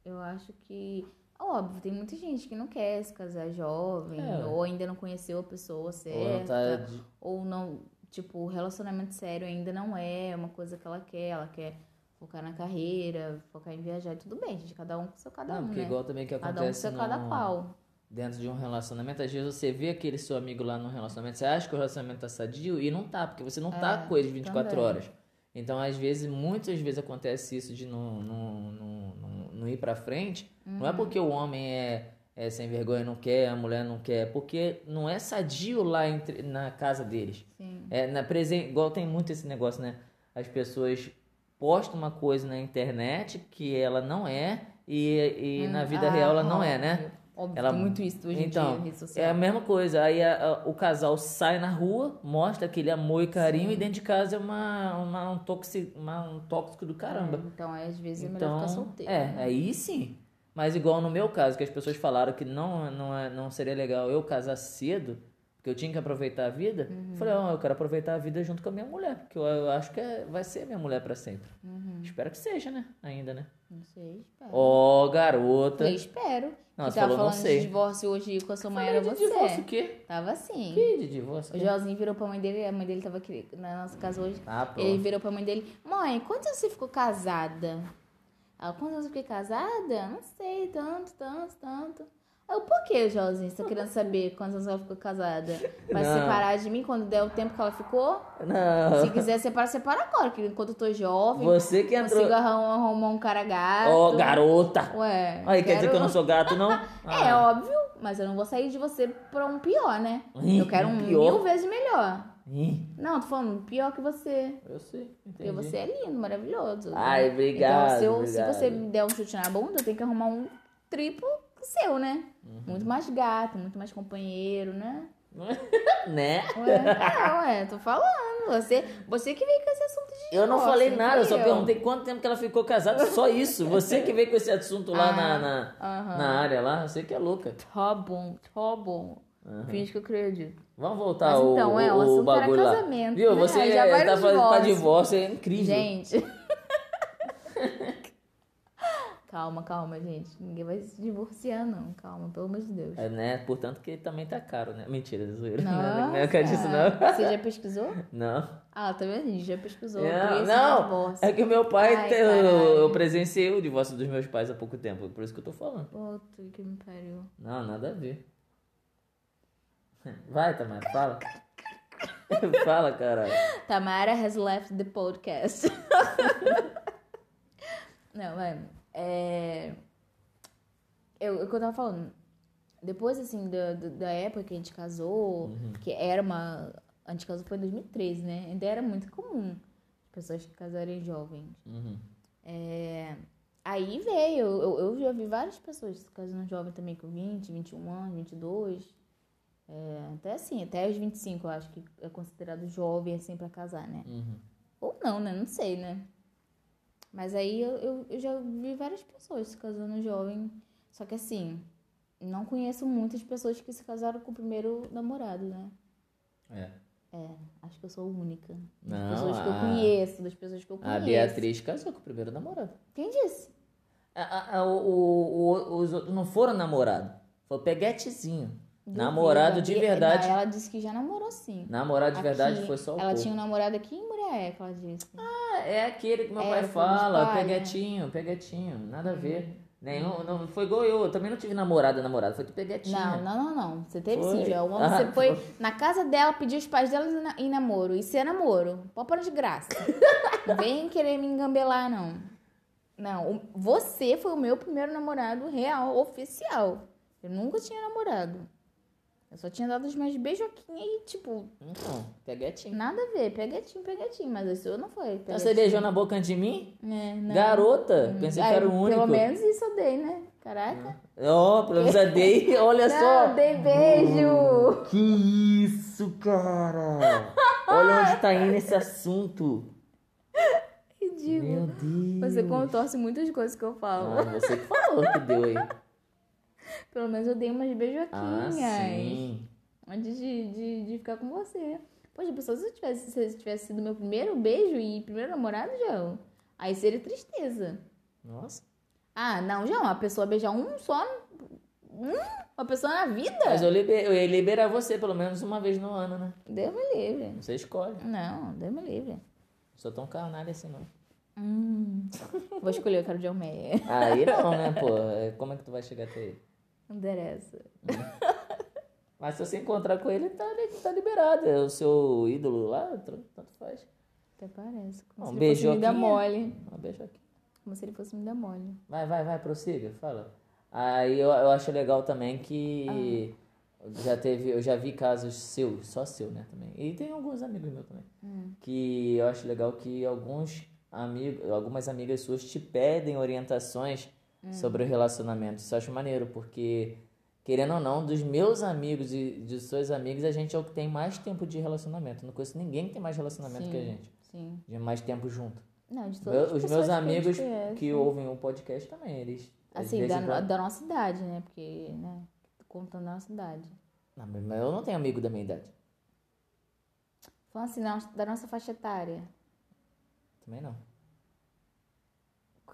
Speaker 1: Eu acho que. Óbvio, tem muita gente que não quer se casar jovem,
Speaker 2: É.
Speaker 1: ou ainda não conheceu a pessoa
Speaker 2: Ou não
Speaker 1: certa.
Speaker 2: tá de-
Speaker 1: ou não, tipo, o relacionamento sério ainda não é uma coisa que ela quer, ela quer focar na carreira, focar em viajar, e tudo bem, gente, cada um com seu cada
Speaker 2: Não,
Speaker 1: um,
Speaker 2: porque
Speaker 1: né?
Speaker 2: igual também que
Speaker 1: Cada um com
Speaker 2: acontece
Speaker 1: seu cada
Speaker 2: no-
Speaker 1: qual.
Speaker 2: dentro de um relacionamento. Às vezes você vê aquele seu amigo lá no relacionamento, você acha que o relacionamento tá sadio e não tá, porque você não tá
Speaker 1: É,
Speaker 2: com ele 24
Speaker 1: também.
Speaker 2: horas. Então, às vezes, muitas vezes acontece isso de não, não, não, não, não ir pra frente. Não
Speaker 1: Uhum.
Speaker 2: é porque o homem é, é sem vergonha e não quer, a mulher não quer, é porque não é sadio lá entre, na casa deles.
Speaker 1: Sim.
Speaker 2: É, na presen... Igual tem muito esse negócio, né? As pessoas postam uma coisa na internet que ela não é e, e na vida
Speaker 1: Ah,
Speaker 2: real ela não é, né?
Speaker 1: óbvio. Óbvio,
Speaker 2: Ela-
Speaker 1: tem muito isso hoje em
Speaker 2: Então,
Speaker 1: dia, rede
Speaker 2: É a
Speaker 1: social.
Speaker 2: mesma coisa. Aí a- a- o casal sai na rua, mostra aquele amor e carinho,
Speaker 1: Sim.
Speaker 2: e dentro de casa é uma, uma- um, tóxico, uma- um tóxico do caramba.
Speaker 1: Então, aí, às vezes, é
Speaker 2: então,
Speaker 1: melhor ficar solteiro.
Speaker 2: é,
Speaker 1: né?
Speaker 2: aí sim. Mas igual no meu caso, que as pessoas falaram que não, não, é- não seria legal eu casar cedo, porque eu tinha que aproveitar a vida. Eu
Speaker 1: Uhum.
Speaker 2: Falei, ó, eu quero aproveitar a vida junto com a minha mulher, porque eu, eu acho que é- vai ser minha mulher pra sempre.
Speaker 1: Uhum. É.
Speaker 2: Espero que seja, né? Ainda, né?
Speaker 1: Não sei, espero.
Speaker 2: Ó,
Speaker 1: Eu
Speaker 2: garota.
Speaker 1: espero.
Speaker 2: Não,
Speaker 1: que
Speaker 2: você
Speaker 1: tava
Speaker 2: falou, não
Speaker 1: falando
Speaker 2: sei.
Speaker 1: de divórcio hoje com a sua mãe, era
Speaker 2: Falei de
Speaker 1: você.
Speaker 2: divórcio o quê?
Speaker 1: Tava assim.
Speaker 2: Que de divórcio?
Speaker 1: O Joãozinho virou pra mãe dele, a mãe dele tava aqui na nossa casa hoje.
Speaker 2: Ah, pô.
Speaker 1: Ele virou pra mãe dele: Mãe, quantos anos você ficou casada? Ela, quantos anos eu fiquei casada? Não sei, tanto, tanto, tanto. Aí Eu, por que, Joãozinho? Você tá querendo saber quantos anos ela ficou casada? Vai
Speaker 2: Não.
Speaker 1: separar de mim quando der o tempo que ela ficou?
Speaker 2: Não.
Speaker 1: Se quiser separar, separa agora, que enquanto eu tô jovem,
Speaker 2: Você que entrou.
Speaker 1: consigo arrumar, arrumar um cara gato.
Speaker 2: Ó, garota!
Speaker 1: Ué.
Speaker 2: Aí, quer dizer que eu
Speaker 1: quero-
Speaker 2: não sou gato, não?
Speaker 1: É
Speaker 2: Ah,
Speaker 1: óbvio, mas eu não vou sair de você pra um pior, né?
Speaker 2: Ih,
Speaker 1: eu quero um
Speaker 2: pior?
Speaker 1: mil vezes melhor.
Speaker 2: ih,
Speaker 1: Não, tô falando um pior que você.
Speaker 2: Eu sei,
Speaker 1: Porque
Speaker 2: entendi.
Speaker 1: você é lindo, maravilhoso.
Speaker 2: Ai, obrigado,
Speaker 1: Então, se, eu-
Speaker 2: obrigado.
Speaker 1: se você me der um chute na bunda, eu tenho que arrumar um triplo seu, né?
Speaker 2: Uhum.
Speaker 1: Muito mais gato, muito mais companheiro, né?
Speaker 2: Né?
Speaker 1: Ué, não, ué, tô falando. Você, você que veio com esse assunto de
Speaker 2: Eu não
Speaker 1: divórcio,
Speaker 2: falei
Speaker 1: não
Speaker 2: nada, eu
Speaker 1: fui
Speaker 2: só perguntei quanto tempo que ela ficou casada, só isso. Você que veio com esse assunto lá na, na,
Speaker 1: Ah, Aham.
Speaker 2: na área lá, você que é louca.
Speaker 1: Tá bom, tá bom.
Speaker 2: Aham.
Speaker 1: Finge que eu acredito.
Speaker 2: Vamos voltar
Speaker 1: Mas
Speaker 2: ao,
Speaker 1: então, é, o
Speaker 2: o,
Speaker 1: assunto era
Speaker 2: bagulho lá.
Speaker 1: casamento,
Speaker 2: Viu?
Speaker 1: né?
Speaker 2: Você
Speaker 1: Já vai
Speaker 2: tá
Speaker 1: no
Speaker 2: falando pra
Speaker 1: divórcio.
Speaker 2: divórcio, é incrível.
Speaker 1: Gente. calma, calma, gente. Ninguém vai se divorciar, não. Calma, pelo amor de Deus.
Speaker 2: É, né? Portanto que também tá caro, né? Mentira, zoeira.
Speaker 1: Nossa.
Speaker 2: Não é que disso, não.
Speaker 1: Você já pesquisou?
Speaker 2: Não.
Speaker 1: Ah, tá vendo? A gente já pesquisou.
Speaker 2: Não,
Speaker 1: preço
Speaker 2: não.
Speaker 1: do divórcio.
Speaker 2: É que o meu pai,
Speaker 1: Ai,
Speaker 2: te- eu, eu
Speaker 1: caralho.
Speaker 2: presenciei o divórcio dos meus pais há pouco tempo, por isso que eu tô falando.
Speaker 1: Puta que me pariu.
Speaker 2: Não, nada a ver. Vai, Tamara, fala. fala, caralho.
Speaker 1: Tamara has left the podcast. não, vai. É... Eu, o que eu tava falando. Depois, assim, da, da- da época que a gente casou, que era uma... A gente casou foi em 2013, né? Ainda era muito comum as pessoas que casarem jovens. É,
Speaker 2: Uhum.
Speaker 1: Aí veio, eu, eu já vi várias pessoas casando jovem também com 20, 21 anos, 22. É, até assim, até os 25 eu acho que é considerado jovem assim pra casar, né?
Speaker 2: Uhum.
Speaker 1: Ou não, né? Não sei, né? Mas aí eu, eu, eu já vi várias pessoas se casando jovem. Só que assim, não conheço muitas pessoas que se casaram com o primeiro namorado, né?
Speaker 2: É.
Speaker 1: Acho que eu sou a única. Das
Speaker 2: Não,
Speaker 1: pessoas que eu
Speaker 2: a-
Speaker 1: conheço, das pessoas que eu conheço.
Speaker 2: A Beatriz casou com o primeiro namorado.
Speaker 1: Quem disse?
Speaker 2: A- a- a- o- o- o- os outros não foram namorado. Foi peguetezinho. namorado de
Speaker 1: Duvido. A Bia-
Speaker 2: verdade.
Speaker 1: Não, ela disse que já namorou sim.
Speaker 2: Namorado de verdade
Speaker 1: Aqui,
Speaker 2: foi só o
Speaker 1: Ela
Speaker 2: corpo.
Speaker 1: tinha um namorado aqui em Muriaé, que ela disse.
Speaker 2: É aquele que meu
Speaker 1: É,
Speaker 2: pai
Speaker 1: foi dos
Speaker 2: fala,
Speaker 1: pais, né?
Speaker 2: peguetinho, peguetinho, nada a
Speaker 1: Uhum.
Speaker 2: ver. Nenhum, não, foi igual eu, eu também não tive namorada, namorada, foi de peguetinho.
Speaker 1: não, não, não, não. Você teve
Speaker 2: Foi.
Speaker 1: sim, Joel. Uma
Speaker 2: Ah,
Speaker 1: você foi na casa dela, pediu os pais dela em na- em namoro. Isso é namoro. Pode parar de graça. Não Vem querer me engambelar, não. Não, o- você foi o meu primeiro namorado real, oficial. Eu nunca tinha namorado. Eu só tinha dado os meus beijoquinhos e, tipo,
Speaker 2: Então, peguetinho.
Speaker 1: nada a ver. Pegatinho, pegatinho. Mas esse eu não foi.
Speaker 2: Então você beijou na boca antes de mim?
Speaker 1: É, não.
Speaker 2: Garota, pensei que
Speaker 1: Ah,
Speaker 2: era o único.
Speaker 1: Pelo menos isso eu dei, né? Caraca.
Speaker 2: Ó, pelo menos a dei, olha
Speaker 1: não,
Speaker 2: só. Hum.
Speaker 1: dei beijo.
Speaker 2: Que isso, cara! Olha onde tá indo esse assunto. Meu
Speaker 1: Ridículo.
Speaker 2: Deus.
Speaker 1: Você contorce muitas coisas que eu falo.
Speaker 2: Hum. Ah, você que falou que deu aí.
Speaker 1: Pelo menos eu dei umas beijoquinhas.
Speaker 2: Ah,
Speaker 1: é?
Speaker 2: sim.
Speaker 1: Antes de, de, de ficar com você. Poxa, pessoal, se eu tivesse, se esse tivesse sido meu primeiro beijo e primeiro namorado, João, aí seria tristeza.
Speaker 2: Nossa.
Speaker 1: Ah, não, João, a pessoa beijar um só. Um, uma pessoa na vida?
Speaker 2: Mas eu, liber, eu ia liberar você pelo menos uma vez no ano, né?
Speaker 1: Deus me livre.
Speaker 2: Você escolhe.
Speaker 1: Não, Deus me livre.
Speaker 2: Não sou tão carnal assim, não.
Speaker 1: Hum. Vou escolher, eu quero John Mayer.
Speaker 2: Aí não, né, pô? É, Como é que tu vai chegar até ele?
Speaker 1: Não interessa.
Speaker 2: Mas se você encontrar com ele, tá, li- tá liberado. É o seu ídolo lá, tr- tanto faz.
Speaker 1: Até parece. Como
Speaker 2: Um
Speaker 1: se ele fosse me dar
Speaker 2: beijoquinha.
Speaker 1: mole.
Speaker 2: Um beijo aqui.
Speaker 1: Como se ele fosse me dar mole.
Speaker 2: Vai, vai, vai, prossiga, fala. Aí eu, eu acho legal também que já teve, eu já vi casos seus, só seu, né, também. E tem alguns amigos meus também. Que eu acho legal que alguns amigos, algumas amigas suas te pedem orientações sobre o relacionamento. Isso eu acho maneiro, porque querendo ou não, dos meus amigos e dos seus amigos, a gente é o que tem mais tempo de relacionamento. Eu Não conheço ninguém que tem mais relacionamento que a
Speaker 1: Sim.
Speaker 2: gente,
Speaker 1: Sim.
Speaker 2: de mais tempo junto.
Speaker 1: Não, de
Speaker 2: Meu-
Speaker 1: todas as
Speaker 2: os
Speaker 1: pessoas
Speaker 2: meus
Speaker 1: que a gente
Speaker 2: amigos
Speaker 1: conhece.
Speaker 2: que ouvem o podcast também, eles. às
Speaker 1: Assim,
Speaker 2: vezes
Speaker 1: da,
Speaker 2: vão-
Speaker 1: da nossa idade, né? Porque, né? Tô contando a nossa idade.
Speaker 2: Não, mas- mas eu não tenho amigo da minha idade.
Speaker 1: Falando assim, na- da nossa faixa etária.
Speaker 2: Também não.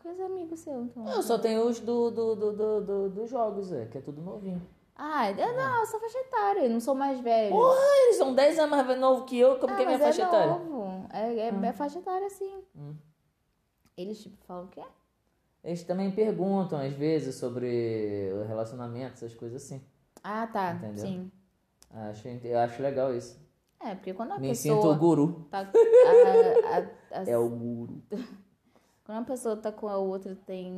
Speaker 1: Quais amigos seu, então?
Speaker 2: Eu só tenho os do, do, do, do, do- dos jogos, é, que é tudo novinho.
Speaker 1: Ah, eu, não, eu sou faixa etária, eu não sou mais velho.
Speaker 2: Porra, eles são 10 anos mais novo que eu, como
Speaker 1: ah,
Speaker 2: que é minha
Speaker 1: mas
Speaker 2: faixa etária? Ah. Hum.
Speaker 1: Novo. É, é, é faixa etária, sim. Eles, tipo, falam o quê?
Speaker 2: Eles também perguntam, às vezes, sobre o relacionamento, essas coisas assim.
Speaker 1: Ah, tá,
Speaker 2: Entendeu?
Speaker 1: sim.
Speaker 2: Acho, inte- eu acho legal isso.
Speaker 1: É, porque quando a
Speaker 2: Me sinto
Speaker 1: pessoa
Speaker 2: o guru.
Speaker 1: tá... a- a- a-
Speaker 2: É o guru.
Speaker 1: Quando uma pessoa tá com a outra tem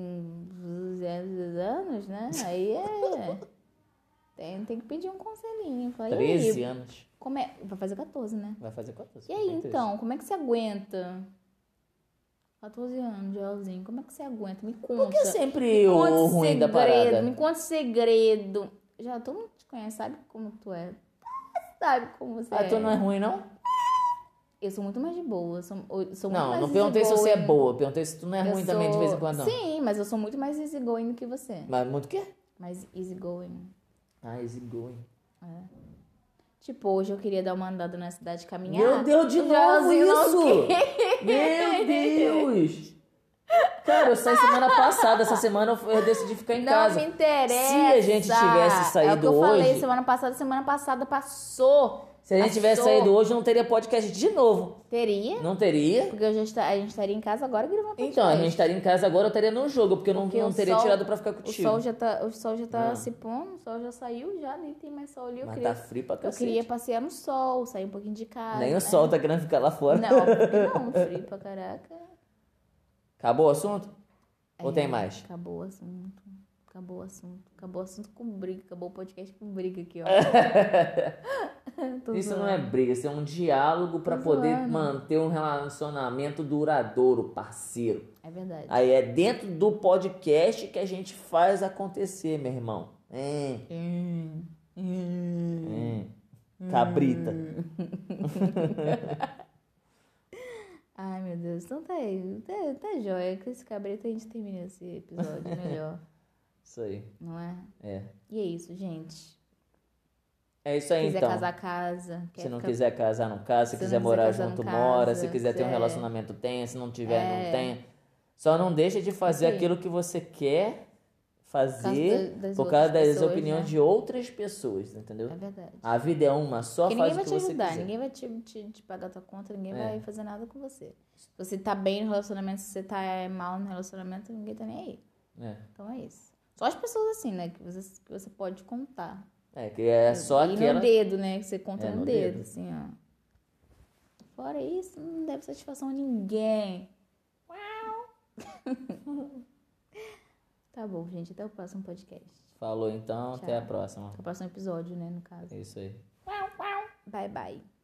Speaker 1: 200 anos, né? Aí é... Tem, tem que pedir um conselhinho. Fala, e aí,
Speaker 2: 13 anos.
Speaker 1: Como é... Vai fazer 14, né?
Speaker 2: Vai fazer 14.
Speaker 1: E aí,
Speaker 2: tem 13.
Speaker 1: então, como é que você aguenta? 14 anos, Joelzinho, como é que você aguenta? Me conta.
Speaker 2: Por que é sempre
Speaker 1: Me conta
Speaker 2: o
Speaker 1: esse
Speaker 2: ruim da
Speaker 1: segredo,
Speaker 2: parada?
Speaker 1: Me conta o segredo. Já, todo mundo te conhece, sabe como tu é. Sabe como você
Speaker 2: Ah,
Speaker 1: é.
Speaker 2: tu não é ruim, não?
Speaker 1: Eu sou muito mais de boa. eu Sou, eu sou muito
Speaker 2: Não,
Speaker 1: mais
Speaker 2: não perguntei se
Speaker 1: easygoing.
Speaker 2: você é boa, perguntei se tu não é
Speaker 1: Eu
Speaker 2: ruim também de vez em
Speaker 1: sou-
Speaker 2: quando, não.
Speaker 1: Sim, mas eu sou muito mais easygoing do que você.
Speaker 2: Mas muito o quê?
Speaker 1: Mais easygoing.
Speaker 2: Ah, easygoing.
Speaker 1: Tipo, hoje eu queria dar uma andada na cidade caminhar.
Speaker 2: Meu Deus, de
Speaker 1: O
Speaker 2: novo
Speaker 1: Joelzinho não
Speaker 2: isso!
Speaker 1: quer. é.
Speaker 2: Meu Deus! Cara, eu saí semana passada, essa semana eu fui- eu decidi ficar em
Speaker 1: não
Speaker 2: casa.
Speaker 1: me interessa.
Speaker 2: Se a gente tivesse
Speaker 1: é o que
Speaker 2: saído
Speaker 1: eu falei
Speaker 2: hoje-
Speaker 1: semana passada, semana passada passou.
Speaker 2: Se a gente tivesse
Speaker 1: Passou.
Speaker 2: saído hoje, não teria podcast de novo.
Speaker 1: Teria?
Speaker 2: Não teria?
Speaker 1: Porque eu já esta- a gente estaria em casa agora gravando podcast.
Speaker 2: Então, a gente estaria em casa agora, eu estaria num jogo, porque eu não,
Speaker 1: Porque
Speaker 2: não
Speaker 1: o
Speaker 2: teria
Speaker 1: sol-
Speaker 2: tirado pra ficar
Speaker 1: O
Speaker 2: contigo.
Speaker 1: sol já tá, o sol já tá
Speaker 2: Ah.
Speaker 1: se pondo, o sol já saiu, já nem tem mais sol ali. Eu,
Speaker 2: Mas
Speaker 1: queria,
Speaker 2: tá frio pra
Speaker 1: eu
Speaker 2: cacete.
Speaker 1: queria passear no sol, sair um pouquinho de casa.
Speaker 2: Nem
Speaker 1: né?
Speaker 2: o sol tá querendo ficar lá fora.
Speaker 1: Não, porque não, frio pra caraca.
Speaker 2: Acabou o assunto? Ou
Speaker 1: É,
Speaker 2: tem mais?
Speaker 1: Acabou o assunto. Acabou o assunto. Acabou o assunto com briga. Acabou o podcast com briga aqui, ó. Tô
Speaker 2: Isso não
Speaker 1: zoando.
Speaker 2: é briga, isso é um diálogo pra
Speaker 1: Tô
Speaker 2: poder
Speaker 1: zoando.
Speaker 2: manter um relacionamento duradouro, parceiro.
Speaker 1: É verdade.
Speaker 2: Aí é dentro do podcast que a gente faz acontecer, meu irmão. É. Hein,
Speaker 1: É.
Speaker 2: hein. É. Cabrita.
Speaker 1: É. Ai, meu Deus. Então tá aí. Tá, tá jóia. Com esse cabrito a gente termina esse episódio melhor,
Speaker 2: Isso aí.
Speaker 1: não é?
Speaker 2: É.
Speaker 1: E é isso, gente.
Speaker 2: É isso aí
Speaker 1: quiser
Speaker 2: então.
Speaker 1: casar, casa.
Speaker 2: Se não
Speaker 1: ficar-
Speaker 2: quiser casar, não casa. Se,
Speaker 1: Se
Speaker 2: quiser
Speaker 1: não quiser
Speaker 2: morar
Speaker 1: casar, não
Speaker 2: junto,
Speaker 1: casa.
Speaker 2: mora. Se quiser ter um
Speaker 1: É.
Speaker 2: relacionamento, tenha. Se não tiver,
Speaker 1: É.
Speaker 2: não tenha. Só não deixa de fazer
Speaker 1: Assim.
Speaker 2: aquilo que você quer fazer
Speaker 1: da- das
Speaker 2: por causa
Speaker 1: outras
Speaker 2: das
Speaker 1: pessoas,
Speaker 2: opiniões
Speaker 1: né?
Speaker 2: de outras pessoas, entendeu?
Speaker 1: É verdade.
Speaker 2: A vida é uma só,
Speaker 1: Porque ninguém
Speaker 2: faz o
Speaker 1: vai
Speaker 2: que
Speaker 1: te
Speaker 2: você
Speaker 1: ajudar,
Speaker 2: quiser.
Speaker 1: ninguém vai te, te, te pagar tua conta, ninguém
Speaker 2: É.
Speaker 1: vai fazer nada com você. Se você tá bem no relacionamento, se você tá é, mal no relacionamento, ninguém tá nem aí.
Speaker 2: É.
Speaker 1: Então é isso. Só as pessoas assim, né? Que você, que você pode contar.
Speaker 2: É, que é só
Speaker 1: e
Speaker 2: aquela...
Speaker 1: no dedo, né? Que você conta
Speaker 2: É,
Speaker 1: no,
Speaker 2: no
Speaker 1: dedo,
Speaker 2: dedo.
Speaker 1: assim, ó. Fora isso, não deve satisfação a ninguém. Tá bom, gente. Até o próximo podcast.
Speaker 2: Falou então, até a
Speaker 1: Tchau.
Speaker 2: próxima.
Speaker 1: Até o próximo episódio, né, no caso.
Speaker 2: É isso aí.
Speaker 1: Bye, bye.